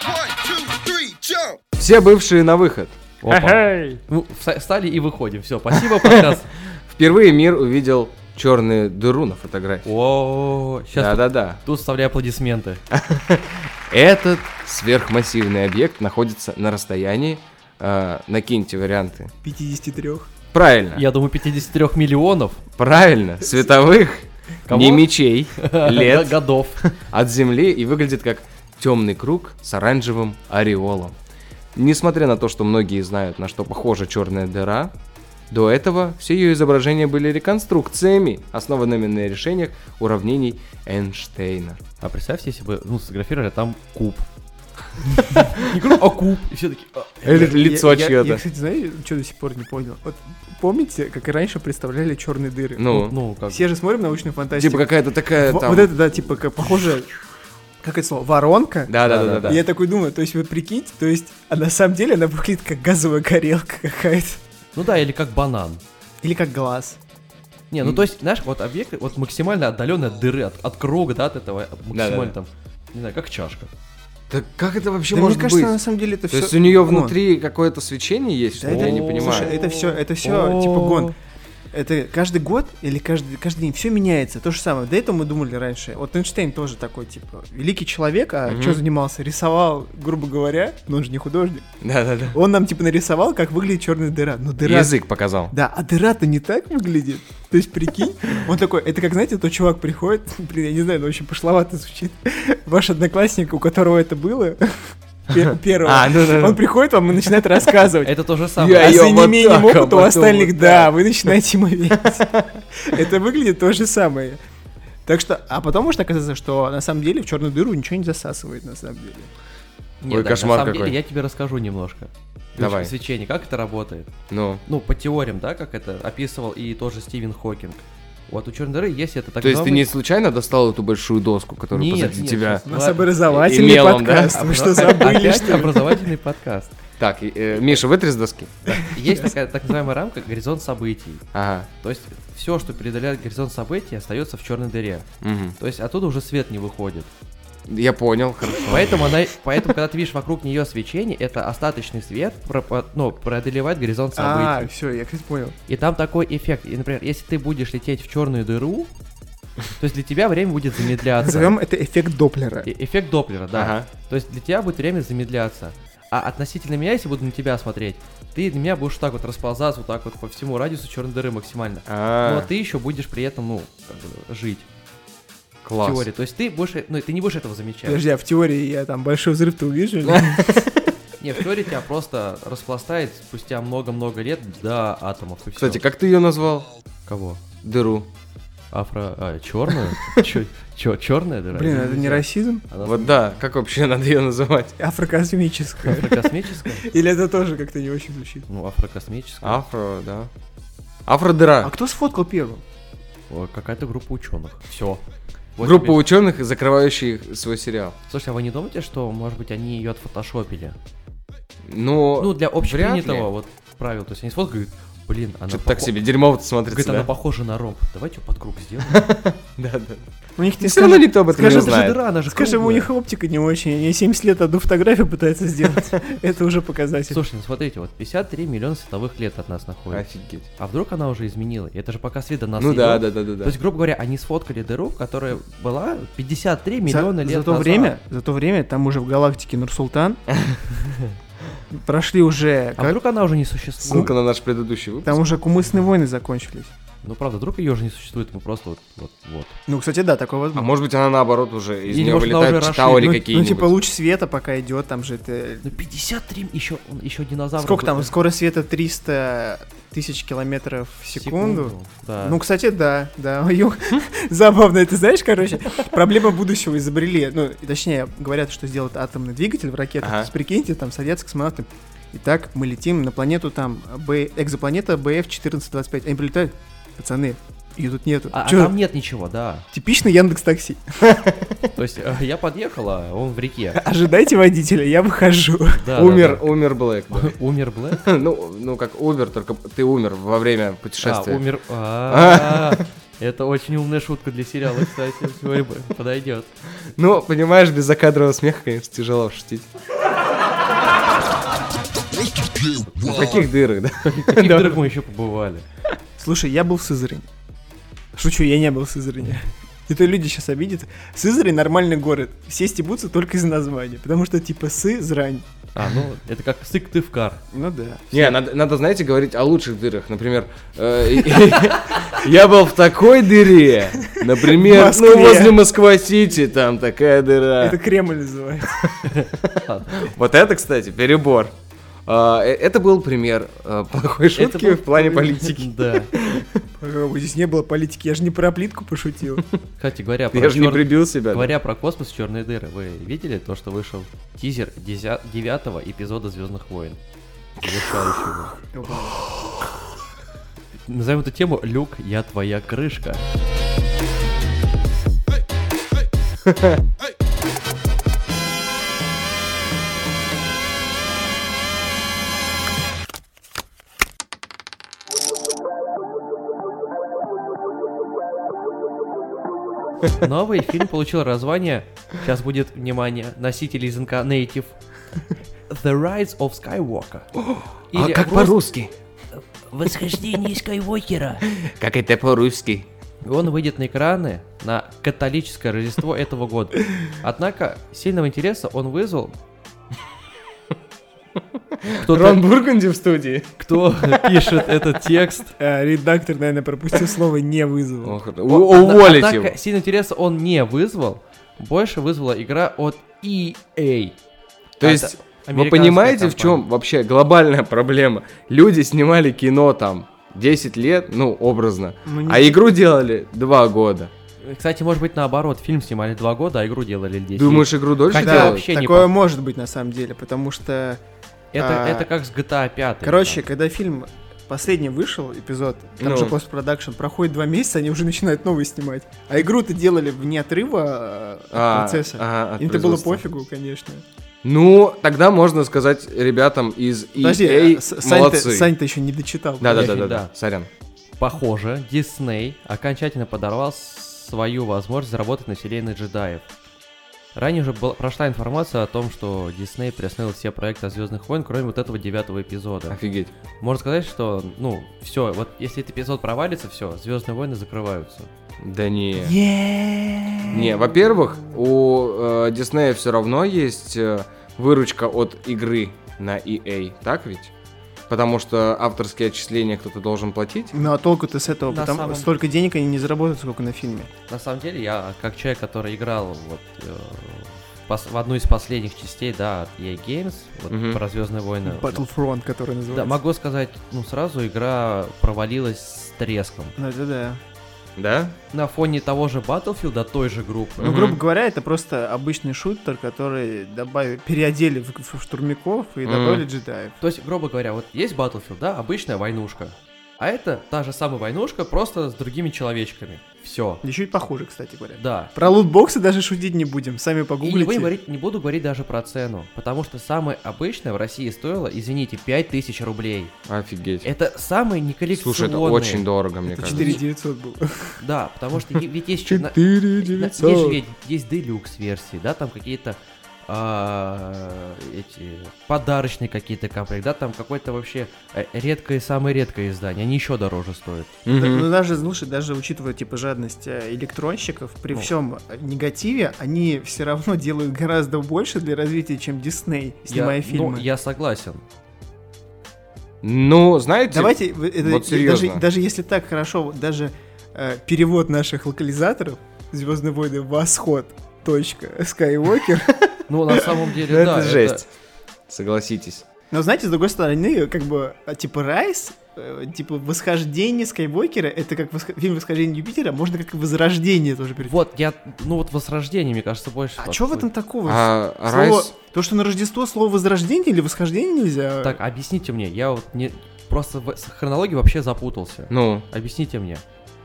S5: One, two, three, jump!
S2: Все бывшие на выход.
S3: Опа. Ну, вста- встали и выходим. Все,
S2: <laughs>
S3: спасибо, подкаст.
S2: Впервые мир увидел черную дыру на фотографии.
S3: О, сейчас
S2: Да-да-да.
S3: тут вставляю аплодисменты.
S2: А. Этот сверхмассивный объект находится на расстоянии. э, накиньте варианты.
S4: 53.
S2: Правильно.
S3: Я думаю, 53 миллионов
S2: Правильно. Световых,
S3: Кого?
S2: не
S3: <laughs>
S2: мечей, лет
S3: годов.
S2: от Земли и выглядит как темный круг с оранжевым ореолом. Несмотря на то, что многие знают, на что похожа черная дыра, до этого все ее изображения были реконструкциями, основанными на решениях уравнений Эйнштейна.
S3: А представьте, если бы, ну, сфотографировали, а там куб. Не круг, а куб. И все таки
S2: Или Э, лицо
S4: Я- я- Я,
S2: чье-то.
S4: кстати, знаю, что до сих пор не понял. Вот помните, как и раньше представляли черные дыры?
S2: Ну,
S3: ну, как
S4: Все же смотрим научную фантастику.
S2: типа какая-то такая
S4: Во-
S2: там...
S4: Вот это, да, типа, как, похоже, как это слово, воронка.
S2: Да-да-да-да.
S4: И Я такой думаю, то есть вы прикиньте, то есть, а на самом деле она выглядит как газовая горелка какая-то.
S3: Ну да, или как банан.
S4: Или как глаз.
S3: Не, ну то есть, знаешь, вот объекты, вот максимально отдаленные от дыры, от, от круга, да, от этого, максимально
S2: Да-да-да.
S3: там, не знаю, как чашка.
S2: Так как это вообще
S4: Да мне
S2: может
S4: кажется,
S2: быть?
S4: на самом деле это
S2: То
S4: все...
S2: есть у нее внутри какое-то свечение есть, что
S4: Да,
S2: я
S4: это-
S2: не
S4: слушай,
S2: понимаю.
S4: это всё- это всё,
S3: О.
S4: типа, гон. Это каждый год или каждый, каждый день все меняется, то же самое. До этого мы думали раньше. Вот Эйнштейн тоже такой, типа, великий человек, а
S2: Мгм.
S4: что занимался? Рисовал, грубо говоря, но он же не художник.
S2: Да-да-да.
S4: Он нам, типа, нарисовал, как выглядит черная дыра. Но дыра...
S2: Язык показал.
S4: Да, а дыра-то не так выглядит. То есть, прикинь, он такой, это как, знаете, тот чувак приходит, <laughs> блин, я не знаю, но очень пошловато звучит, ваш одноклассник, у которого это было, <laughs> пер- первого,
S2: А, ну-ну-ну.
S4: он приходит вам и начинает рассказывать.
S3: Это то же самое.
S2: Я
S4: А за
S2: её вот
S4: неимением
S2: так, а
S4: опыта у
S2: потом
S4: остальных,
S2: вот
S4: да, вы начинаете ему верить. <laughs> Это выглядит то же самое. Так что, а потом может оказаться, что на самом деле в черную дыру ничего не засасывает, на самом деле.
S3: Не,
S2: Ой,
S3: да,
S2: кошмар
S3: на самом
S2: какой.
S3: деле, я тебе расскажу немножко.
S2: Давай.
S3: Свечение, как это работает?
S2: Ну,
S3: Ну, по теориям, да, как это описывал и тоже Стивен Хокинг. Вот у черной дыры есть это так
S2: то есть ты не
S3: называемый-
S2: случайно достал эту большую доску, которая
S3: Нет,
S2: позади
S3: нет,
S2: тебя?
S3: щас,
S4: У
S3: ну
S4: нас
S3: ладно.
S4: образовательный
S2: мелом, да? А
S4: подкаст, вы <laughs> что забыли,
S3: Опять
S4: что ли?
S3: образовательный подкаст.
S2: Так, и, э, Миша, вытри с доски.
S3: Есть такая так называемая рамка горизонт событий.
S2: Ага.
S3: То есть все, что преодоляет горизонт событий, остается в черной дыре.
S2: мгм.
S3: То есть оттуда уже свет не выходит.
S2: Я понял, хорошо.
S3: Поэтому, она, поэтому когда ты видишь вокруг нее свечение, это остаточный свет пропа- ну, преодолевает горизонт
S4: А,
S3: событий.
S4: все, я, кстати, понял.
S3: И там такой эффект. И, например, если ты будешь лететь в черную дыру, то есть для тебя время будет замедляться.
S4: Назовем это эффект Доплера.
S3: Э- Эффект Доплера, да.
S2: Ага.
S3: То есть для тебя будет время замедляться. А относительно меня, если буду на тебя смотреть, ты на меня будешь вот так вот расползаться, вот так вот по всему радиусу черной дыры максимально.
S2: А,
S3: Но Ну, ты еще будешь при этом, ну, как бы, жить в
S2: класс.
S3: теории. То есть ты будешь, ну, и ты не будешь этого замечать.
S4: Подожди, а в теории я там большой взрыв-то увижу? или?
S3: Не, в теории тебя просто распластает спустя много-много лет до атомов. и всё.
S2: Кстати, как ты ее назвал?
S3: Кого?
S2: Дыру.
S3: Афро... А, <laughs> черную? Че, черная дыра?
S4: Блин, это не расизм?
S3: Она
S2: Вот да, как вообще <laughs> надо ее называть?
S4: <laughs> Афрокосмическое.
S3: Афрокосмическая?
S4: Или это тоже как-то не очень звучит?
S3: Ну, афрокосмическая.
S2: Афро, да. Афродыра.
S4: А кто сфоткал первым?
S3: О, Какая-то группа ученых. Все.
S2: Группа ученых, закрывающих свой сериал.
S3: Слушай, а вы не думаете, что, может быть, они ее отфотошопили?
S2: Ну,
S3: Ну, для
S2: вряд ли.
S3: общепринятого вот правил. То есть они сфоткают, говорят, блин, она
S2: Что-то так
S3: похо-
S2: себе дерьмово-то смотрится,
S3: Говорит, она
S2: да?
S3: похожа на ромб. Давайте её под круг сделаем.
S2: Да, да.
S4: У них не
S2: Все равно
S4: скажи,
S2: никто об этом не
S4: скажи,
S3: Это
S4: ты
S3: же
S2: знает.
S3: дыра, она же
S4: скажем, у
S3: круглая.
S4: них оптика не очень, они 70 лет одну фотографию пытаются <laughs> сделать. Это уже показатель.
S3: Слушай, ну смотрите, вот 53 миллиона световых лет от нас находится.
S2: Офигеть.
S3: А вдруг она уже изменила? Это же пока свет до нас
S2: Ну
S3: не
S2: да,
S3: идёт.
S2: да, да, да,
S3: То
S2: да.
S3: есть, грубо говоря, они сфоткали дыру, которая была 53
S4: За-
S3: миллиона лет
S4: за то
S3: назад.
S4: время, за то время, там уже в галактике <laughs> Нурсултан прошли уже,
S3: А
S4: как-
S3: вдруг она уже не существует?
S2: Ссылка на наш предыдущий выпуск.
S4: там уже кумысные войны закончились.
S3: Ну правда, вдруг ее уже не существует, мы просто вот, вот, вот.
S4: Ну, кстати, да, такое
S2: А
S4: возможно.
S2: может быть она наоборот уже из
S3: Или,
S2: нее
S3: может, она
S2: вылетают
S3: уже
S2: читаури
S4: Ну, ну,
S2: какие-нибудь.
S4: типа луч света пока идет, там же это
S3: Ну 53, еще, еще динозавр.
S4: Сколько там? Скорость света 300 тысяч километров в секунду.
S3: Да.
S4: Ну, кстати, да, да. <laughs> Ё- Забавно, это знаешь, короче, проблема будущего изобрели. Ну, и точнее, говорят, что сделают атомный двигатель в ракетах.
S2: Ага.
S4: То есть, прикиньте, там садятся космонавты. Итак, мы летим на планету там, Б... экзопланета BF-1425. Они прилетают, пацаны, ее тут нету.
S3: а, а
S4: Чё,
S3: там нет ничего, да.
S4: Типичный Яндекс Такси.
S3: То есть э, я подъехала, он в реке.
S4: <laughs> Ожидайте водителя, я выхожу.
S3: Да, да,
S2: умер,
S3: да.
S2: умер Блэк. да.
S3: <laughs> Умер
S2: <laughs>
S3: Блэк?
S2: Ну, ну как Убер, только ты умер во время
S3: А,
S2: путешествия.
S3: <laughs> умер. А, <laughs> Это очень умная шутка для сериала, кстати. Сегодня подойдет.
S2: Ну, понимаешь, без закадрового смеха, конечно, тяжело шутить. Ну, В каких дырах, <laughs> да?
S3: Каких дырах мы еще побывали?
S4: Слушай, я был в Сызрани. Шучу, я не был в Сызрани. <laughs> И то люди сейчас обидят. Сызрань нормальный город. Все стебутся только из названия. Потому что типа Сызрань.
S3: А, ну, это как Сыктывкар.
S4: Ну да.
S2: Не, надо, надо, знаете, говорить о лучших дырах. Например, э, <laughs> и- и- я был в такой дыре, например,
S4: В
S2: ну,
S4: Москве.
S2: возле Москва-Сити там такая дыра.
S4: Это Кремль называется.
S6: <laughs>
S2: Вот это, кстати, перебор. А, э, Это был пример э, плохой шутки
S3: был-
S2: в плане политики.
S3: <laughs> Да.
S6: Э, вот Здесь не было политики, я же не про плитку пошутил.
S4: <laughs>
S3: Кстати говоря, про
S2: Я же не
S3: чёр-
S2: прибил себя.
S3: говоря про космос и черные дыры, вы видели то, что вышел тизер деся- девятого эпизода Звездных войн? Завершающего. Назовем эту тему Люк, я твоя крышка. Новый фильм получил название, сейчас будет, внимание, носитель языка Native, The Rise of Skywalker. <gasps> Или просто
S2: А по-русски?
S7: Восхождение Скайуокера.
S2: Как это по-русски?
S3: Он выйдет на экраны на католическое Рождество этого года. Однако сильного интереса он вызвал. Кто,
S2: Рон Бургунди в студии.
S3: кто <laughs> пишет этот текст?
S6: Э, Редактор, наверное, пропустил слово «не вызвал».
S2: Ох, у- Уволить
S3: Однако
S2: его.
S3: сильного интереса он не вызвал. Больше вызвала игра от EA.
S2: То
S3: Это
S2: есть, Вы
S3: американская
S2: понимаете, в
S3: компания.
S2: чем вообще глобальная проблема? Люди снимали кино там 10 лет, ну, образно,
S4: Ну, не-
S2: а игру делали 2 года.
S3: Кстати, может быть наоборот, фильм снимали два года, а игру делали 10.
S2: Думаешь, игру дольше
S3: Хотя
S2: делают?
S3: вообще не
S4: Такое
S3: по-
S4: может быть на самом деле, потому что,
S3: это,
S4: а,
S3: это как с GTA 5.
S4: короче, когда фильм последний вышел, эпизод, там
S2: Ну.
S4: же постпродакшн, проходит два месяца, они уже начинают новый снимать. А игру-то делали вне отрыва э,
S2: А,
S4: от процесса.
S2: ага, от
S4: Им-то было
S2: производства.
S4: пофигу, конечно.
S2: Ну, тогда можно сказать ребятам из EA,
S4: Подожди, а, С- Сань-то
S2: э, молодцы.
S4: Сань-то еще не дочитал.
S2: Да, да, да, да,
S3: Да.
S2: да, сорян.
S3: Похоже, Дисней окончательно подорвал свою возможность заработать на вселенной джедаев. Ранее уже была- прошла информация о том, что Дисней приостановил все проекты о Звездных войн, кроме вот этого девятого эпизода.
S2: Офигеть.
S3: Можно сказать, что, ну, все, вот если этот эпизод провалится, все, Звездные войны закрываются.
S2: Да не. Не, во-первых, у э, Диснея все равно есть э, выручка от игры на EA, так ведь? Потому что авторские отчисления кто-то должен платить.
S4: Ну а толку-то с этого,
S3: На
S4: потому
S3: самом-
S4: столько денег они не заработают, сколько на фильме.
S3: На самом деле, я, как человек, который играл вот, э, в пос- в одну из последних частей, да, от EA Games, вот,
S2: Мгм.
S3: про Звездные войны.
S6: Battlefront, который
S3: Да,
S6: называется.
S3: могу сказать, ну, сразу игра провалилась с треском.
S4: Да, да, Ну, да.
S2: Да?
S3: на фоне того же Battlefield, а той же группы.
S4: Ну,
S2: Мгм.
S4: грубо говоря, это просто обычный шутер, который добавили, переодели в, в штурмяков и
S2: Мгм.
S4: добавили джедаев.
S3: То есть, грубо говоря, вот есть Battlefield, да, обычная войнушка. А это та же самая войнушка, просто с другими человечками. Все.
S4: Еще и похуже, кстати говоря.
S3: Да.
S4: Про лутбоксы даже шутить не будем, сами
S3: И не
S4: погуглите.
S3: буду, говорить, не буду говорить даже про цену, потому что самая обычная в России стоила, извините, 5000 рублей.
S2: Офигеть.
S3: Это самые неколлекционные.
S2: Слушай, это очень дорого, мне
S6: Это
S2: кажется.
S6: 4900 было.
S3: Да, потому что е- ведь есть... на- на- Есть, же ведь- есть делюкс версии, да, там какие-то а, эти подарочные какие-то комплекты, да, там какое-то вообще э, редкое, самое редкое издание, они еще дороже стоят.
S2: Мгм.
S4: Да, ну даже, слушай, даже учитывая типа жадность э, электронщиков, при всем негативе, они все равно делают гораздо больше для развития, чем Дисней, снимая
S3: я,
S4: фильмы.
S3: Ну, я согласен.
S2: Ну, знаете,
S4: Давайте, вы- это-
S2: вот серьезно.
S4: даже, даже если так хорошо, вот даже э, перевод наших локализаторов Звездные войны Восход. Точка.
S3: <laughs>
S4: Скайуокер.
S3: Ну, на самом
S4: <laughs>
S3: деле,
S2: это
S3: да.
S2: а, жесть. Согласитесь.
S4: Но знаете, с другой стороны, как бы, а, типа, Райс, э, типа, восхождение Скайуокера, это как восх- фильм «Восхождение Юпитера», можно как и возрождение тоже перейти.
S3: Вот, я, ну вот возрождение, мне кажется, больше.
S4: А
S3: подходит.
S4: что в этом такого?
S2: А
S4: Слово-
S2: Райс,
S4: То, что на Рождество слово «возрождение» или «восхождение» нельзя.
S3: Так, объясните мне, я вот не... Просто в с хронологией вообще запутался.
S2: ну,
S3: Объясните мне.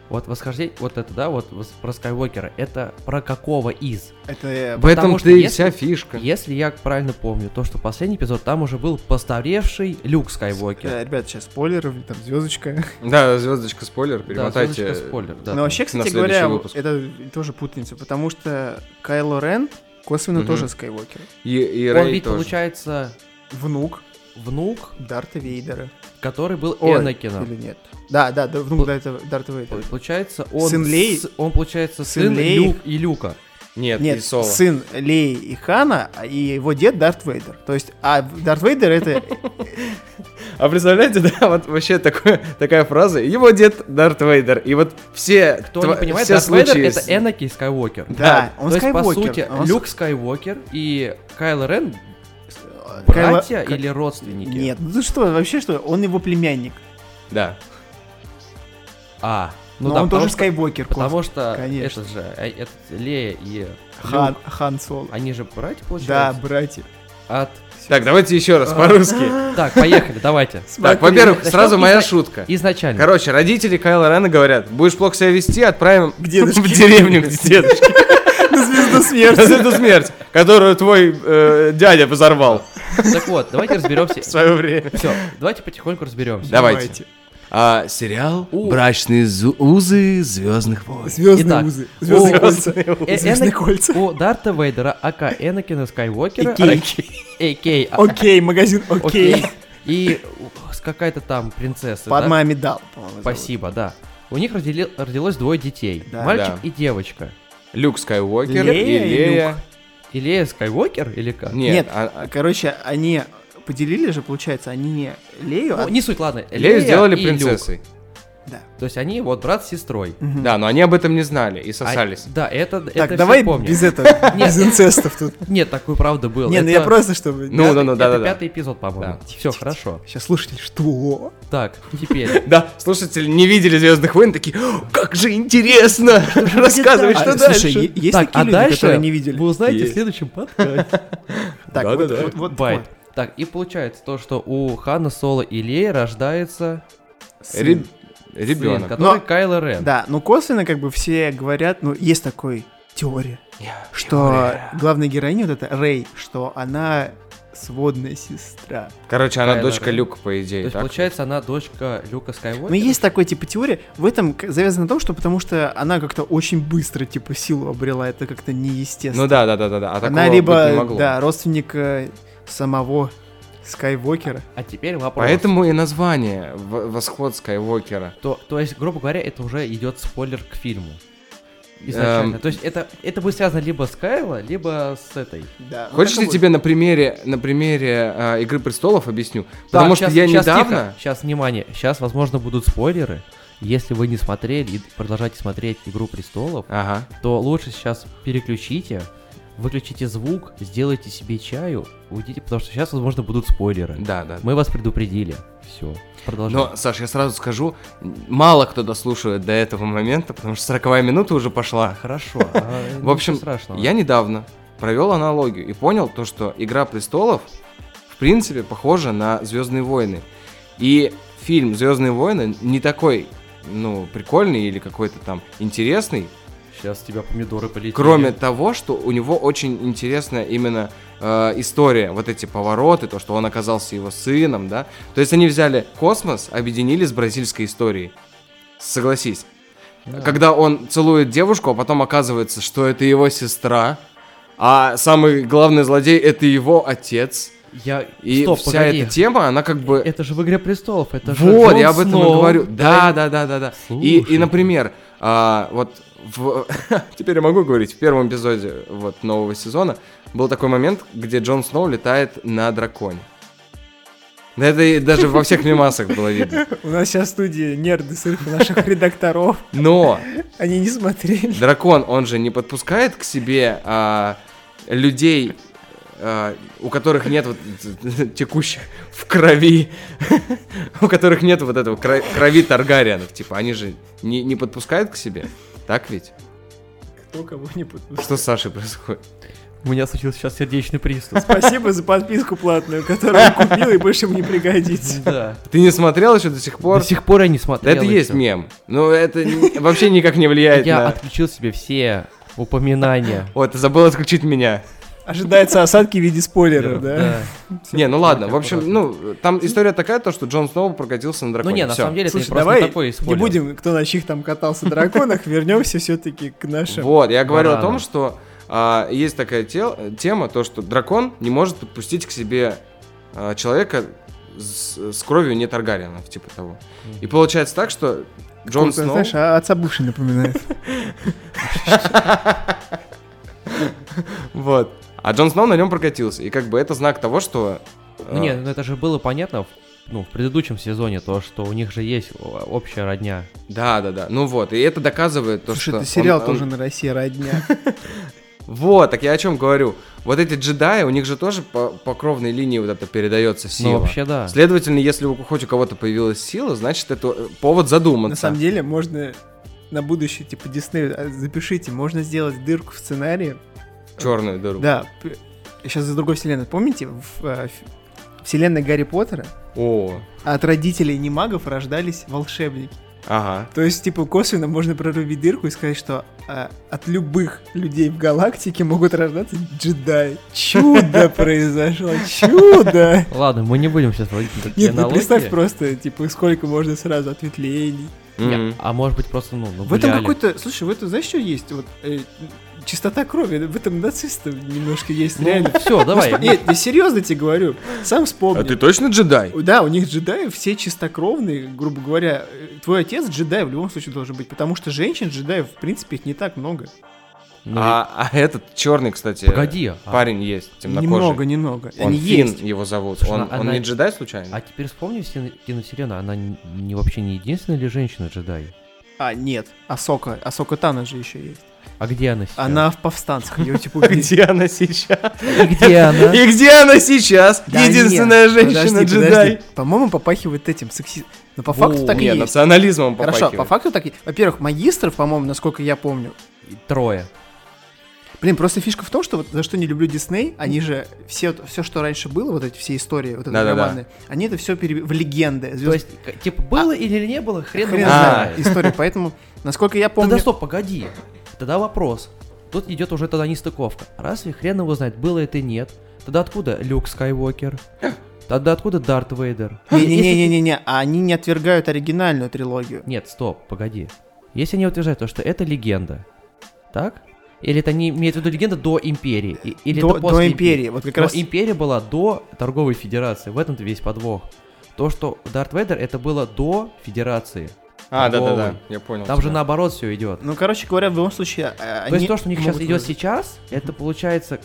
S3: Вот восхождение, вот это, да, вот вос- про Скайуокера, это про какого из?
S4: Это... э,
S2: в этом
S3: потому что
S2: ты и
S3: если-
S2: вся фишка.
S3: Если я правильно помню, то, что последний эпизод, там уже был постаревший Люк Скайуокер.
S4: э, Ребят, сейчас спойлеры, там звездочка.
S2: Да, звездочка спойлер, перемотайте.
S3: звездочка спойлер, да.
S4: Но вообще,
S2: на
S4: кстати
S2: следующий
S4: говоря,
S2: выпуск.
S4: это тоже путаница, потому что Кайло Рен косвенно
S2: Мгм.
S4: тоже Скайуокер.
S2: И, и
S3: Он
S2: Рэй
S3: ведь,
S2: тоже.
S3: получается,
S4: Внук
S3: внук,
S4: Дарта Вейдера.
S3: который был
S4: Ой,
S3: Энакином.
S4: Или нет? Да, да, да, внук
S3: Пу-
S4: Дарта, Дарта Вейдера.
S3: Получается, он...
S4: Сын Лей-
S3: с- Он, получается,
S4: сын
S3: сын
S4: Лей-
S3: Люк и Люка.
S2: Нет,
S4: Нет,
S2: и Соло.
S4: сын Леи и Хана, а- и его дед Дарт Вейдер. То есть, а Дарт
S3: <laughs>
S4: Вейдер это...
S2: А представляете, <laughs> да, вот вообще такое, такая фраза. Его дед Дарт Вейдер. И вот все,
S3: Кто
S2: тва-
S3: не понимает,
S2: все
S3: Дарт
S2: случаи...
S3: Вейдер
S2: с-
S3: это Энаки Скайуокер.
S4: Да, он
S3: То есть, по
S4: Скайуокер.
S3: сути,
S4: Он с-
S3: Люк Скайуокер и Кайло Рен
S4: Кайло-
S3: братья
S4: Ка-
S3: или родственники?
S4: Нет, ну ты что, вообще что, он его племянник.
S2: Да.
S3: А, ну
S4: Но
S3: да,
S4: он
S3: потому
S4: тоже
S3: что-
S4: Скайуокер.
S3: Потому
S4: класс.
S3: что
S4: Конечно.
S3: этот же, а, этот Лея и
S4: Хан,
S3: Люк,
S4: Хан Соло.
S3: они же братья,
S4: Да,
S3: получается?
S4: братья. <laughs>
S3: От...
S2: Так, давайте еще
S3: А.
S2: раз по-русски.
S3: Так, поехали, давайте.
S2: Так, во-первых,
S3: Начнем
S2: сразу моя
S3: изна-
S2: шутка.
S3: Изначально.
S2: Короче, родители Кайла Рена говорят, будешь плохо себя вести, отправим
S6: К дедушке.
S2: <laughs> в деревню к дедушке.
S6: На звезду смерти.
S2: Это смерть, которую твой э, дядя взорвал
S3: Так вот, давайте
S4: <laughs>
S3: разберемся.
S2: в свое время.
S3: Все, давайте потихоньку разберемся.
S2: Давайте. А, сериал «Брачные зу- узы звездных войн».
S6: Звездные
S3: Итак.
S6: узы. Звездные
S3: О,
S6: кольца.
S3: Э,
S6: Звездные
S3: Энак-
S6: кольца.
S3: <laughs> У Дарта Вейдера, ака Энакина Скайуокера,
S6: Икей.
S3: Экей,
S6: Окей, магазин окей.
S3: а, окей, и у- с какая-то там принцесса, да?
S4: Падма Амидал, по-моему. зовут.
S3: Спасибо, да. У них родили- родилось двое детей,
S4: Да.
S3: мальчик
S2: Да.
S3: и девочка.
S2: Люк Скайуокер
S4: Лея
S2: и
S4: и
S2: Лея.
S3: Илея Скайуокер или как?
S2: Нет,
S4: Нет,
S2: а- а-
S4: короче, они поделили же, получается, они не Лею,
S3: Ну,
S4: а...
S3: не суть, ладно.
S2: Лею сделали
S3: и Люк.
S2: принцессой.
S3: То есть они вот брат с сестрой.
S2: Да, но они об этом не знали и
S3: А-
S2: сосались.
S3: да, это, это
S6: Так,
S3: все
S6: давай
S3: помню.
S6: без этого,
S3: <laughs> Нет.
S6: без инцестов тут.
S3: Нет, такую правду было.
S6: Не, ну
S3: Это
S6: я просто, чтобы...
S2: Ну, ну, ну,
S3: пятый-
S2: да, да,
S3: это
S2: да.
S3: пятый эпизод, по-моему.
S2: Да.
S3: Все, хорошо.
S6: Сейчас слушатель, что?
S3: Так,
S2: <laughs>
S3: теперь.
S2: Да, слушатели не видели «Звездных войн», такие, «О, как же интересно,
S3: Ну,
S2: рассказывай,
S4: А,
S2: что
S4: слушай,
S2: дальше.
S4: е- есть
S3: так,
S4: такие
S3: а
S4: люди,
S3: дальше
S4: которые не видели.
S3: вы узнаете
S2: Есть.
S3: в
S2: <laughs>
S3: следующем подкасте.
S4: Так,
S2: Да,
S4: вот,
S2: да, да.
S4: вот- вот
S3: Байт.
S4: такой.
S3: Так, и получается то, что у Хана Соло и Леи рождается
S2: Ре-
S3: сын,
S2: Ребенок.
S3: который
S4: Но-
S3: Кайло Рен.
S4: Да, ну косвенно как бы все говорят, ну есть такой теория, что главная героиня вот эта, Рэй, что она сводная сестра.
S2: Короче, она
S3: Кайло
S2: дочка
S3: Рен.
S2: Люка, по
S3: То
S2: идее,
S3: есть,
S2: так?
S3: получается, она дочка Люка Скайуокера.
S4: Но есть такой типа теория, в этом к- завязано на том, что потому что она как-то очень быстро типа силу обрела, это как-то неестественно.
S2: Ну да, да, да, да, да. А такого
S4: она
S2: быть не
S4: либо,
S2: могло.
S4: да, родственник э, самого Скайвокера.
S3: А теперь вопрос.
S2: Поэтому и название в- «Восход Скайуокера».
S3: То, то есть, грубо говоря, это уже идет спойлер к фильму. Изначально.
S2: Эм.
S3: То есть это, это будет связано либо с Кайло, либо с этой.
S6: ну,
S4: Да.
S2: Хочешь, я тебе на примере, на примере э, «Игры престолов» объясню?
S3: Так,
S2: Потому что
S3: щас-
S2: я
S3: щас,
S2: недавно...
S3: Сейчас, внимание, сейчас, возможно, будут спойлеры. Если вы не смотрели и продолжаете смотреть «Игру престолов»,
S2: Ага.
S3: то лучше сейчас переключите, выключите звук, сделайте себе чаю, уйдите, потому что сейчас, возможно, будут спойлеры.
S2: Да, да.
S3: Мы вас предупредили. Все, продолжаем.
S2: Но, Саш, я сразу скажу, мало кто дослушивает до этого момента, потому что 40 минута уже пошла.
S3: Хорошо.
S2: <laughs> В общем,
S3: страшно.
S2: Я недавно провел аналогию и понял то, что «Игра престолов» в принципе похожа на «Звездные войны». И фильм «Звездные войны» не такой, ну, прикольный или какой-то там интересный,
S3: Сейчас тебя помидоры полетели.
S2: Кроме того, что у него очень интересная именно э, история, вот эти повороты, то, что он оказался его сыном, да. То есть они взяли космос, объединили с бразильской историей. Согласись. Когда он целует девушку, а потом оказывается, что это его сестра, а самый главный злодей это его отец.
S3: Я...
S2: И
S3: Стоп,
S2: вся
S3: погоди.
S2: эта тема, она как бы...
S3: Это же в «Игре престолов», это же
S2: Вот,
S3: Джон
S2: я об этом
S3: Сноу.
S2: и говорю. Да, да, да, да, да. И,
S3: Слушай.
S2: и, например, а, вот в... <laughs> теперь я могу говорить, в первом эпизоде вот нового сезона был такой момент, где Джон Сноу летает на драконе. Да Это и даже во всех мемасах было видно.
S6: У нас сейчас в студии нерды с их- наших редакторов.
S2: Но
S6: Они не смотрели.
S2: дракон, он же не подпускает к себе а, людей, а, у которых нет вот <laughs> текущих в крови, <laughs> у которых нет вот этого кро- крови Таргариенов, типа, они же не, не подпускают к себе, так ведь?
S6: Кто кого не подпустил.
S2: Что с Сашей происходит?
S3: У меня случился сейчас сердечный приступ.
S6: Спасибо за подписку платную, которую я купил и больше мне пригодится.
S3: Да.
S2: Ты не смотрел еще до сих пор?
S3: До сих пор я не
S2: Да
S3: смотрел.
S2: это и есть
S3: ещё.
S2: мем. Ну, это не- вообще никак не влияет
S3: Я
S2: на...
S3: отключил себе все упоминания.
S2: О, ты забыл отключить меня.
S6: Ожидаются осадки в виде спойлеров, да?
S2: Не, ну ладно, в
S3: так,
S2: общем, ну, там история такая, то, что Джон Сноу прокатился на
S3: Ну
S2: драконе.
S3: не, на
S2: Всё.
S3: самом деле, это не
S6: Слушай,
S3: просто
S6: давай
S3: такой
S6: не
S3: спойлер.
S6: будем, кто на чьих там катался драконах, вернемся все-таки к нашим.
S2: Вот, я говорил о том,
S3: Баранам.
S2: что а, есть такая тел- тема, то, что дракон не может подпустить к себе а, человека с, с кровью не Таргариенов, типа того. И получается так, что Джон
S4: Круто,
S2: Сноу...
S4: Знаешь, а отца Буши напоминает.
S2: Вот. А Джон Сноу на нем прокатился. И как бы это знак того, что... а,
S3: Ну не, ну это же было понятно в- ну, в предыдущем сезоне, то, что у них же есть о- общая родня.
S2: Да, да, да. Ну вот, и это доказывает то,
S4: Слушай,
S2: что...
S4: это сериал
S2: он- <laughs>
S4: тоже
S2: он-
S4: на России родня.
S2: Вот, так я о чем говорю. Вот эти джедаи, у них же тоже по, по кровной линии вот это передается сила.
S3: Ну, вообще да.
S2: Следовательно, если у- хоть у кого-то появилась сила, значит, это э, повод задуматься.
S4: На самом деле, можно на будущее, типа Дисней, а, запишите, можно сделать дырку в сценарии.
S2: Черную дыру.
S4: Да, сейчас за другой вселенной. Помните, в э, ф- вселенной Гарри Поттера
S2: О,
S4: от родителей не магов рождались волшебники.
S2: ага.
S4: То есть, типа, косвенно можно прорубить дырку и сказать, что а, от любых людей в галактике могут рождаться джедаи.
S3: <laughs>
S4: Чудо произошло, чудо!
S3: Ладно, мы не будем сейчас проводить такие
S4: Нет, ну
S3: аналогии.
S4: представь просто, типа, сколько можно сразу ответвлений.
S2: Мгм.
S3: Не, А может быть просто, ну,
S4: В этом
S3: нагуляли.
S4: какой-то... Слушай, в этом, знаешь, что есть? Вот э, чистота крови, в этом нацистов немножко есть,
S3: Ну,
S4: реально.
S3: Все, давай.
S4: Ну, Нет, я серьезно тебе говорю. Сам вспомни.
S2: А ты точно джедай?
S4: Да, у них джедаи все чистокровные, грубо говоря. Э, Твой отец джедай в любом случае должен быть, потому что женщин джедаев, в принципе, их не так много.
S3: Ну,
S2: А, а этот черный, кстати,
S3: Погоди. а-
S2: парень есть, темнокожий.
S4: Немного, немного.
S2: Он
S4: Они
S2: Финн
S4: есть. ну,
S2: его зовут.
S3: Слушай,
S2: он
S3: она-
S2: он
S3: она-
S2: не джедай случайно?
S3: А теперь вспомни все киновселенную, она не, не вообще не единственная ли женщина джедай?
S4: А, нет. Асока. Асока Тана же еще есть.
S3: А где она сейчас?
S4: Она в повстанцах. Ее
S2: <laughs>
S4: типа убили.
S2: она сейчас?
S3: И где она?
S2: И где она сейчас?
S4: Да
S2: Единственная
S4: нет, подожди,
S2: женщина-джедай.
S4: подожди. По-моему, попахивает этим сексизм. Но по факту
S2: Во,
S4: так и
S2: не,
S4: есть.
S2: национализмом
S4: Хорошо, по
S2: попахивает.
S4: факту так и... Во-первых, магистров, по-моему, насколько я помню,
S3: И Трое.
S4: Блин, просто фишка в том, что вот за что не люблю Дисней, они же все, все, что раньше было, вот эти все истории, вот это
S2: Да-да-да.
S4: громадные, они это все пере... в легенды.
S3: То
S4: звёзд-
S3: есть, к- типа, было или не было, хрен
S4: А, хрен
S3: его
S2: знает.
S4: знает
S3: знает.
S4: истории. Поэтому, насколько я помню,
S3: Тогда стоп, погоди. Тогда вопрос. Тут идет уже тогда нестыковка. Разве хрен его знает, было это и нет? Тогда откуда Люк Скайуокер? Тогда откуда Дарт Вейдер?
S4: <gasps> не-не-не-не-не, а они не отвергают оригинальную трилогию.
S3: Нет, стоп, погоди. Если они утверждают то, что это легенда, так? Или это они имеют в виду легенда до империи? и- Или
S4: До-
S3: это после
S4: до империи, вот как
S3: Но
S4: раз-
S3: империя была до торговой федерации, в этом-то весь подвох. То, что Дарт Вейдер, это было до федерации.
S2: А, да-да-да,
S3: Торговый.
S2: я понял.
S3: Там же
S2: тебя.
S3: наоборот все идет.
S4: Ну, короче говоря, в любом случае, э,
S3: То
S4: они
S3: есть то, что у них сейчас
S4: могут
S3: идет
S4: выжить.
S3: сейчас, это получается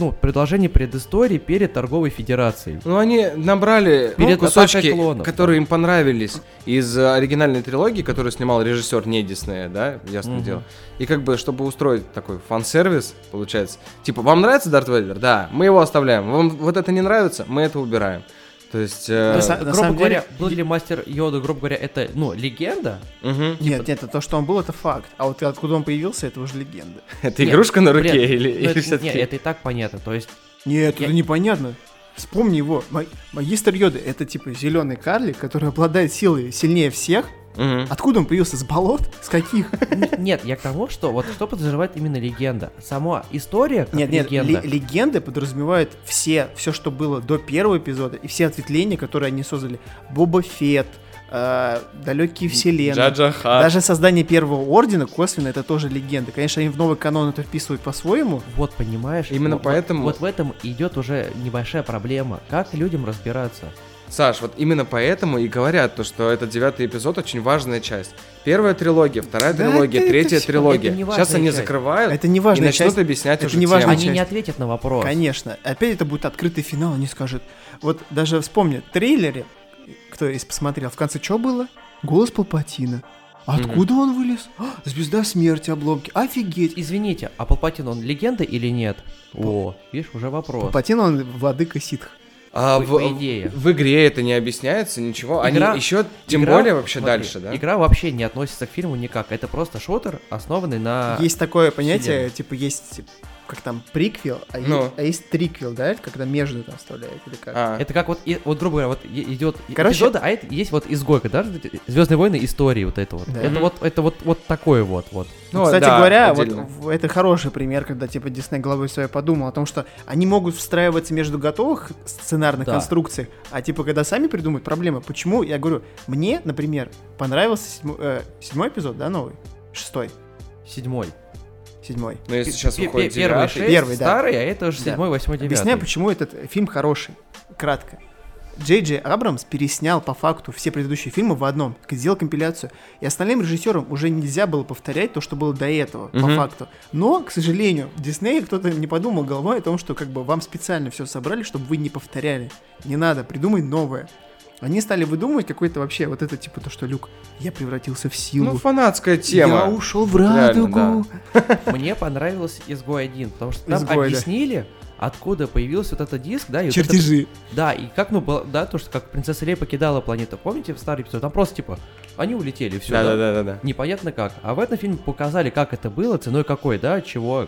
S3: ну, предложение предыстории перед торговой федерацией.
S2: Ну, они набрали ну,
S3: Перед
S2: кусочки,
S3: атакой клонов,
S2: которые им понравились из э, оригинальной трилогии, которую снимал режиссер не Диснея, да, ясно
S3: Мгм.
S2: дело. И как бы, чтобы устроить такой фан-сервис, получается, типа, вам нравится Дарт Вейдер? Да, мы его оставляем. Вам вот это не нравится? Мы это убираем. То есть... э,
S4: На са-
S3: грубо
S4: самом
S3: говоря,
S4: деле-
S3: был ли мастер Йода, грубо говоря, это, ну, легенда?
S2: мгм.
S4: <laughs> Нет, нет, это то, что он был, это факт. А вот откуда он появился, это уже легенда.
S2: Это
S3: Нет,
S2: игрушка на руке
S3: бред.
S2: или,
S3: Ну,
S2: или <laughs>
S3: это-
S2: все-таки...
S3: Нет, это и так понятно. То есть,
S4: Нет,
S3: Я-
S4: это непонятно. Вспомни его. Ма- Магистр Йода — это типа зеленый карлик, который обладает силой сильнее всех.
S2: Мгм.
S4: Откуда он появился? С болот? С каких?
S3: н- нет, я к тому, что вот что подразумевает именно легенда. Сама история как
S4: Нет, нет,
S3: легенда.
S4: ле- легенды подразумевают все, все, что было до первого эпизода, и все ответвления, которые они создали. Боба Фетт, э, далекие вселенные.
S2: Джаджа Хат.
S4: Даже создание первого ордена косвенно это тоже легенды. Конечно, они в новый канон это вписывают по-своему.
S3: Вот понимаешь?
S2: Именно
S3: вот-
S2: поэтому-
S3: Вот в этом идет уже небольшая проблема. Как людям разбираться?
S2: Саш, вот именно поэтому и говорят, то, что это девятый эпизод очень важная часть. Первая трилогия, вторая
S4: Да
S2: трилогия,
S4: это-
S2: третья
S4: это всё-
S2: трилогия.
S3: это не важная
S2: Сейчас они
S3: часть.
S2: закрывают
S4: Это не
S2: и
S4: важная
S2: начнут
S4: часть.
S2: объяснять
S4: это
S2: уже
S4: не
S2: тему.
S4: важная
S3: Они
S4: часть.
S3: не ответят на вопрос.
S4: Конечно. Опять это будет открытый финал, они скажут. Вот даже вспомни, в трейлере, кто если посмотрел, в конце что было? Голос Палпатина. А
S2: Мгм.
S4: Откуда он вылез? А, звезда смерти, обломки. Офигеть.
S3: Извините, а Палпатин он легенда или нет? О, видишь, уже вопрос.
S4: Палпатин, он владыка ситх.
S2: А
S3: По-
S2: в,
S3: по идее.
S2: в игре это не объясняется, ничего.
S3: Игра-
S2: Они еще, тем
S3: Игра-
S2: более, вообще
S3: смотри,
S2: дальше, да?
S3: Игра вообще не относится к фильму никак. Это просто шутер, основанный на...
S2: А,
S4: Есть такое понятие,
S3: вселенная.
S4: типа есть как там приквел, а, е-
S2: Ну.
S4: а есть триквел, да, это когда между там вставляют или как.
S2: А,
S3: Это как вот, и- вот грубо говоря, вот и- идет
S4: Короче-
S3: эпизоды, а это есть вот изгойка, да? Звездные войны истории вот это вот.
S4: Да.
S3: Это
S2: Мгм.
S3: вот, это вот, вот такое вот, вот.
S2: ну,
S4: Кстати
S2: да,
S4: говоря,
S2: отдельно.
S4: вот в- это хороший пример, когда типа Дисней головой своей подумал о том, что они могут встраиваться между готовых сценарных
S3: Да.
S4: конструкций, а типа когда сами придумают проблемы. Почему? Я говорю, мне, например, понравился седьмой, э, седьмой эпизод, да, новый? Шестой,
S3: Седьмой.
S4: седьмой.
S2: Ну, если сейчас
S3: Пе- пе-
S2: выходит
S3: Первые
S2: девятый...
S3: шесть,
S4: Первый, да.
S3: старые, а это уже
S4: Да.
S3: седьмой, восьмой,
S4: Объясняю,
S3: девятый.
S4: почему этот э, фильм хороший. Кратко. Джей Джей Абрамс переснял по факту все предыдущие фильмы в одном, к- сделал компиляцию. И остальным режиссерам уже нельзя было повторять то, что было до этого, по
S2: Мгм.
S4: факту. Но, к сожалению, в Диснее кто-то не подумал головой о том, что как бы вам специально все собрали, чтобы вы не повторяли. Не надо, придумай новое. Они стали выдумывать какой-то вообще вот это типа то, что Люк, я превратился в силу.
S2: Ну, фанатская тема.
S4: Я ушел в
S2: Реально,
S4: радугу.
S3: Мне понравилось «Изгой 1», потому что там
S4: «Изгой», да.
S3: объяснили, откуда появился вот этот диск, да, и вот это-
S4: Чертежи.
S3: да, и как, ну, было- да, то, что как принцесса Лея покидала планету, помните, в старый эпизод, там просто, типа, они улетели, все,
S2: Да-да-да-да.
S3: непонятно как. А в этом фильме показали, как это было, ценой какой, да, чего...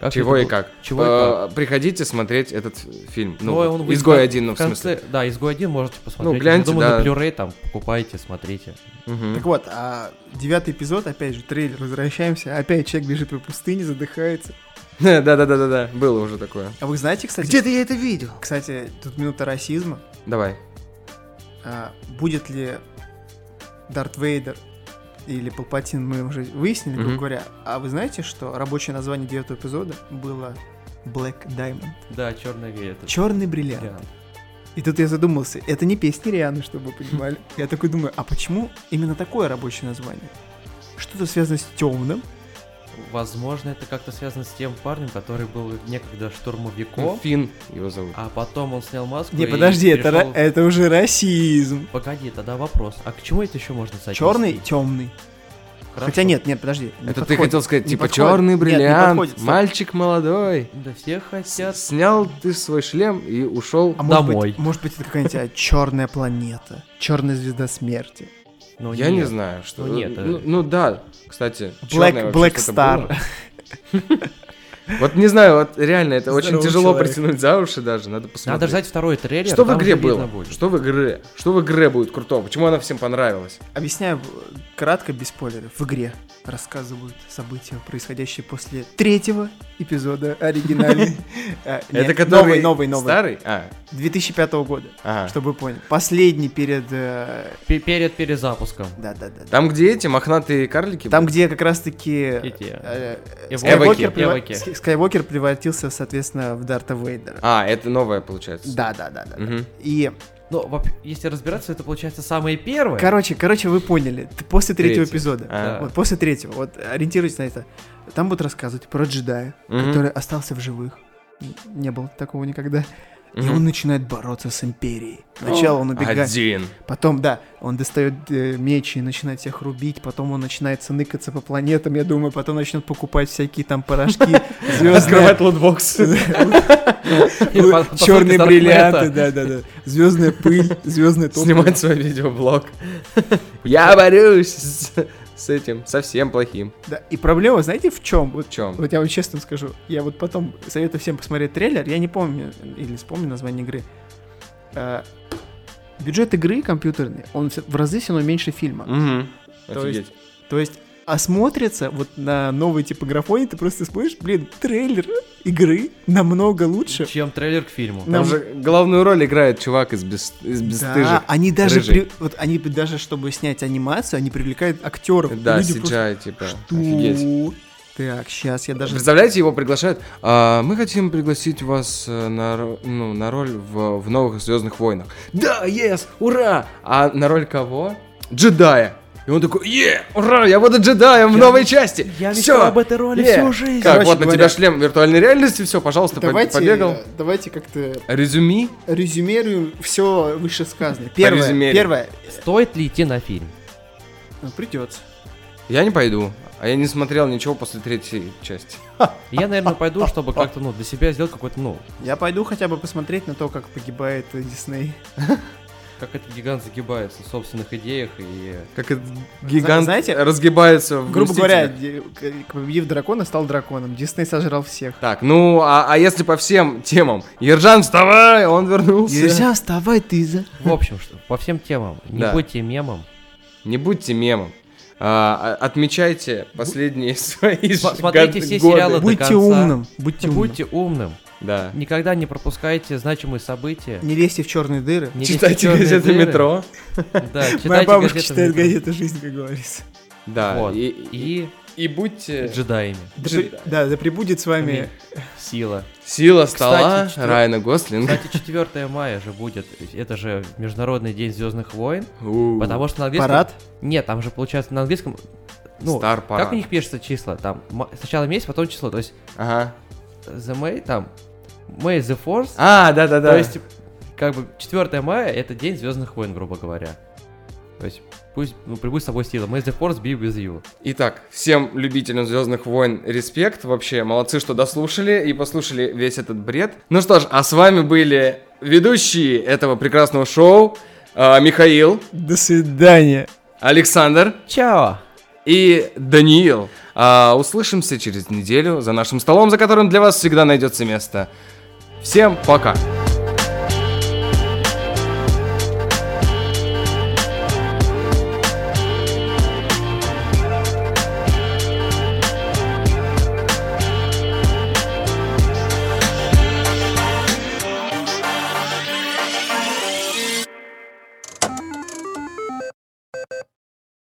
S3: как
S2: Чего
S3: это
S2: и
S3: было.
S2: как.
S3: Чего и
S2: Э,
S3: как.
S2: Приходите смотреть этот фильм. Ну,
S3: Ну,
S2: вот,
S3: он выйдет
S2: изгой
S3: на-
S2: один, ну, в
S3: конце-
S2: смысле. Ну,
S3: Да, «Изгой 1» можете посмотреть.
S2: гляньте,
S3: Я думаю,
S2: да.
S3: на Blu-ray там покупайте, смотрите.
S2: Мгм. <laughs>
S4: Так вот, а девятый эпизод, опять же, трейлер, возвращаемся, опять человек бежит по пустыне, задыхается.
S2: Да-да-да-да-да. Было уже такое.
S4: А вы знаете, кстати...
S8: Где-то я это видел.
S4: Кстати, тут минута расизма.
S2: Давай.
S4: А будет ли Дарт Вейдер или Палпатин, мы уже выяснили, грубо
S2: Мгм.
S4: говоря. А вы знаете, что рабочее название девятого эпизода было Black Diamond?
S3: Да, черный веер. это
S4: Черный бриллиант.
S3: вариант.
S4: И тут я задумался, это не песни Рианы, чтобы вы
S2: <laughs>
S4: понимали. Я такой думаю, а почему именно такое рабочее название? Что-то связано с темным.
S3: Возможно, это как-то связано с тем парнем, который был некогда штурмовиком,
S2: Ну, Финн его зовут.
S3: а потом он снял маску.
S4: Не,
S3: и
S4: подожди, это,
S3: перешёл-
S4: ра- э- это уже расизм.
S3: Погоди, тогда вопрос. А к чему это еще можно соотнести?
S4: Черный, темный.
S3: Хорошо.
S4: Хотя нет, нет, подожди. не
S2: Это ты
S4: подходит.
S2: хотел сказать,
S4: Не
S2: типа,
S4: подходит.
S2: черный
S4: Нет, не
S2: бриллиант,
S4: подходит, стоп.
S2: мальчик молодой.
S3: Да все хотят.
S2: Снял ты свой шлем и ушел.
S4: А может
S3: Домой.
S4: Быть, может быть, это какая-нибудь черная планета, черная звезда смерти.
S3: Но
S2: Я не
S3: нет.
S2: знаю, что.
S3: Ну, нет,
S2: ну,
S3: э.
S2: ну да, кстати. черное
S4: Black,
S2: вообще
S4: Black
S2: что-то
S4: Star.
S2: было. <laughs> Вот не знаю, вот реально, это очень
S4: Здоровый
S2: тяжело
S4: человек.
S2: притянуть за уши даже. Надо посмотреть.
S3: Надо ждать второй трейлер.
S2: Что в
S3: там
S2: игре
S3: уже
S2: было?
S3: видно будет.
S2: Что в игре? Что в игре будет крутого? Почему она всем понравилась?
S4: Объясняю э, кратко, без спойлеров. В игре рассказывают события, происходящие после третьего эпизода
S2: <laughs>
S4: оригинальный. Э, нет,
S2: это который
S4: Новый, новый, новый.
S2: старый? А,
S4: 2005 года,
S2: ага.
S4: чтобы вы поняли. Последний перед... э,
S3: Пе- Перед перезапуском.
S4: Да-да-да.
S2: Там, где эти мохнатые карлики?
S4: Там, где как раз-таки...
S3: Эти,
S4: э, э,
S3: эвоки.
S4: Скайуокер превра-
S3: Эвоки.
S4: Ск- Скайуокер превратился, соответственно, в Дарта Вейдера.
S2: А, это новое получается.
S4: Да-да-да-да.
S2: Мгм.
S4: И
S3: Но воп- Ну, если разбираться, это получается самое первое.
S4: Короче, короче, вы поняли. Т- После третьего
S2: Третий.
S4: эпизода.
S2: А.
S4: Вот после третьего. Вот ориентируйтесь на это. Там будут рассказывать про джедая,
S2: Мгм.
S4: который остался в живых. Н- Не было такого никогда. И
S2: Мгм.
S4: он начинает бороться с империей. Сначала он убегает,
S2: Один.
S4: потом, да, он достает э, меч и начинает всех рубить, потом он начинает ныкаться по планетам, я думаю, потом начнет покупать всякие
S2: <laughs>
S4: там порошки, звездные,
S2: Открывает лотбокс.
S3: <laughs> И по- посылки
S4: черные
S3: Даркнета.
S4: бриллианты, да, да, да, звездная пыль, звездный топливо.
S2: <laughs> Снимать свой видеоблог. <laughs> Я борюсь с с этим, совсем плохим.
S4: Да, И проблема, знаете, в чем? Вот
S2: В чем?
S4: Вот я вам честно скажу, я вот потом советую всем посмотреть трейлер, я не помню, или вспомню название игры. Э, Бюджет игры компьютерный, он всё- в разы все равно меньше фильма. То есть-
S2: Офигеть.
S4: То есть, а смотрится вот на новой типа графоне, ты просто смотришь, блин, трейлер игры намного лучше.
S3: Чем трейлер к фильму.
S2: Там
S4: нам-
S2: же главную роль играет чувак из бес- из бесстыжих.
S4: Да, они даже,
S2: рыжий.
S4: при- вот они бы даже, чтобы снять анимацию, они привлекают актеров.
S2: Да,
S4: Люди просто,
S2: CGI, типа,
S4: «Ту».
S2: офигеть.
S4: Так, сейчас я даже...
S2: Представляете, его приглашают. «А, мы хотим пригласить вас э, на, ро- ну, на роль в, в новых Звездных войнах. Да, ес, ура! А на роль кого? Джедая. И он такой, е, ура, я буду джедаем в новой части.
S9: я
S2: Всё,
S9: мечтал об этой роли
S2: е».
S9: всю жизнь.
S2: Как,
S4: Короче
S2: вот на
S4: говоря,
S2: тебя шлем виртуальной реальности, все, пожалуйста, по- побегал.
S4: давайте как-то
S2: Резюми.
S4: резюмирую все вышесказанное. Первое,
S2: резюмерию.
S4: первое,
S3: Стоит ли идти на фильм?
S4: ну, придется.
S2: Я не пойду. А я не смотрел ничего после третьей части.
S3: Я, наверное, пойду, чтобы как-то, ну, для себя сделать какой-то, ну,
S4: Я пойду хотя бы посмотреть на то, как погибает э, Дисней.
S3: как этот гигант загибается в собственных идеях и...
S2: Как этот гигант
S4: знаете,
S2: разгибается в
S4: Грубо говоря,
S2: «Мстителях».
S4: де- к- к- победив дракона, стал драконом. Дисней сожрал всех.
S2: Так, ну, а, а если по всем темам? Ержан, вставай! Он вернулся.
S4: Ну, вставай, ты за...
S3: В общем, что, по всем темам, не
S2: Да.
S3: будьте мемом.
S2: Не будьте мемом. А, а- отмечайте последние свои
S3: Сма-
S2: ж-
S3: смотрите
S2: год-
S3: все
S2: годы.
S3: сериалы до
S4: Будьте
S3: конца.
S4: умным, будьте умным.
S3: Будьте умным.
S2: Да.
S3: Никогда не пропускайте значимые события.
S4: Не лезьте в черные дыры.
S3: Не лезьте
S2: Читайте
S3: в чёрные
S2: газеты
S3: дыры.
S2: «Метро».
S3: Да, читайте
S4: Моя бабушка
S3: газеты
S4: читает
S3: «Метро».
S4: газету «Жизнь», как говорится.
S2: Да.
S3: Вот.
S2: И, и,
S3: И
S2: и
S4: Э,
S2: будьте...
S3: джедаями.
S4: Да, при- да, да прибудет с вами...
S3: Сила.
S2: Сила стола
S3: четвер-
S2: Райана Гослинга.
S3: Кстати, 4 мая же будет. Это же Международный день Звездных войн.
S2: У,
S3: Потому что на английском...
S4: Парад?
S3: Нет, там же получается на английском... Ну,
S2: Стар парад.
S3: как у них пишется числа? Там ма- сначала месяц, потом число. То есть
S2: Ага.
S3: The May там... May the Force.
S2: А, да-да-да.
S3: То есть как бы 4 мая это день Звездных войн, грубо говоря. То есть пусть, ну, прибудь с собой сила. May the force be with you.
S2: Итак, всем любителям Звездных войн респект. Вообще, молодцы, что дослушали и послушали весь этот бред. Ну что ж, а с вами были ведущие этого прекрасного шоу э, Михаил,
S6: До свидания.
S2: Александр
S3: Чао!
S2: и Даниил. А, услышимся через неделю за нашим столом, за которым для вас всегда найдется место. Всем пока!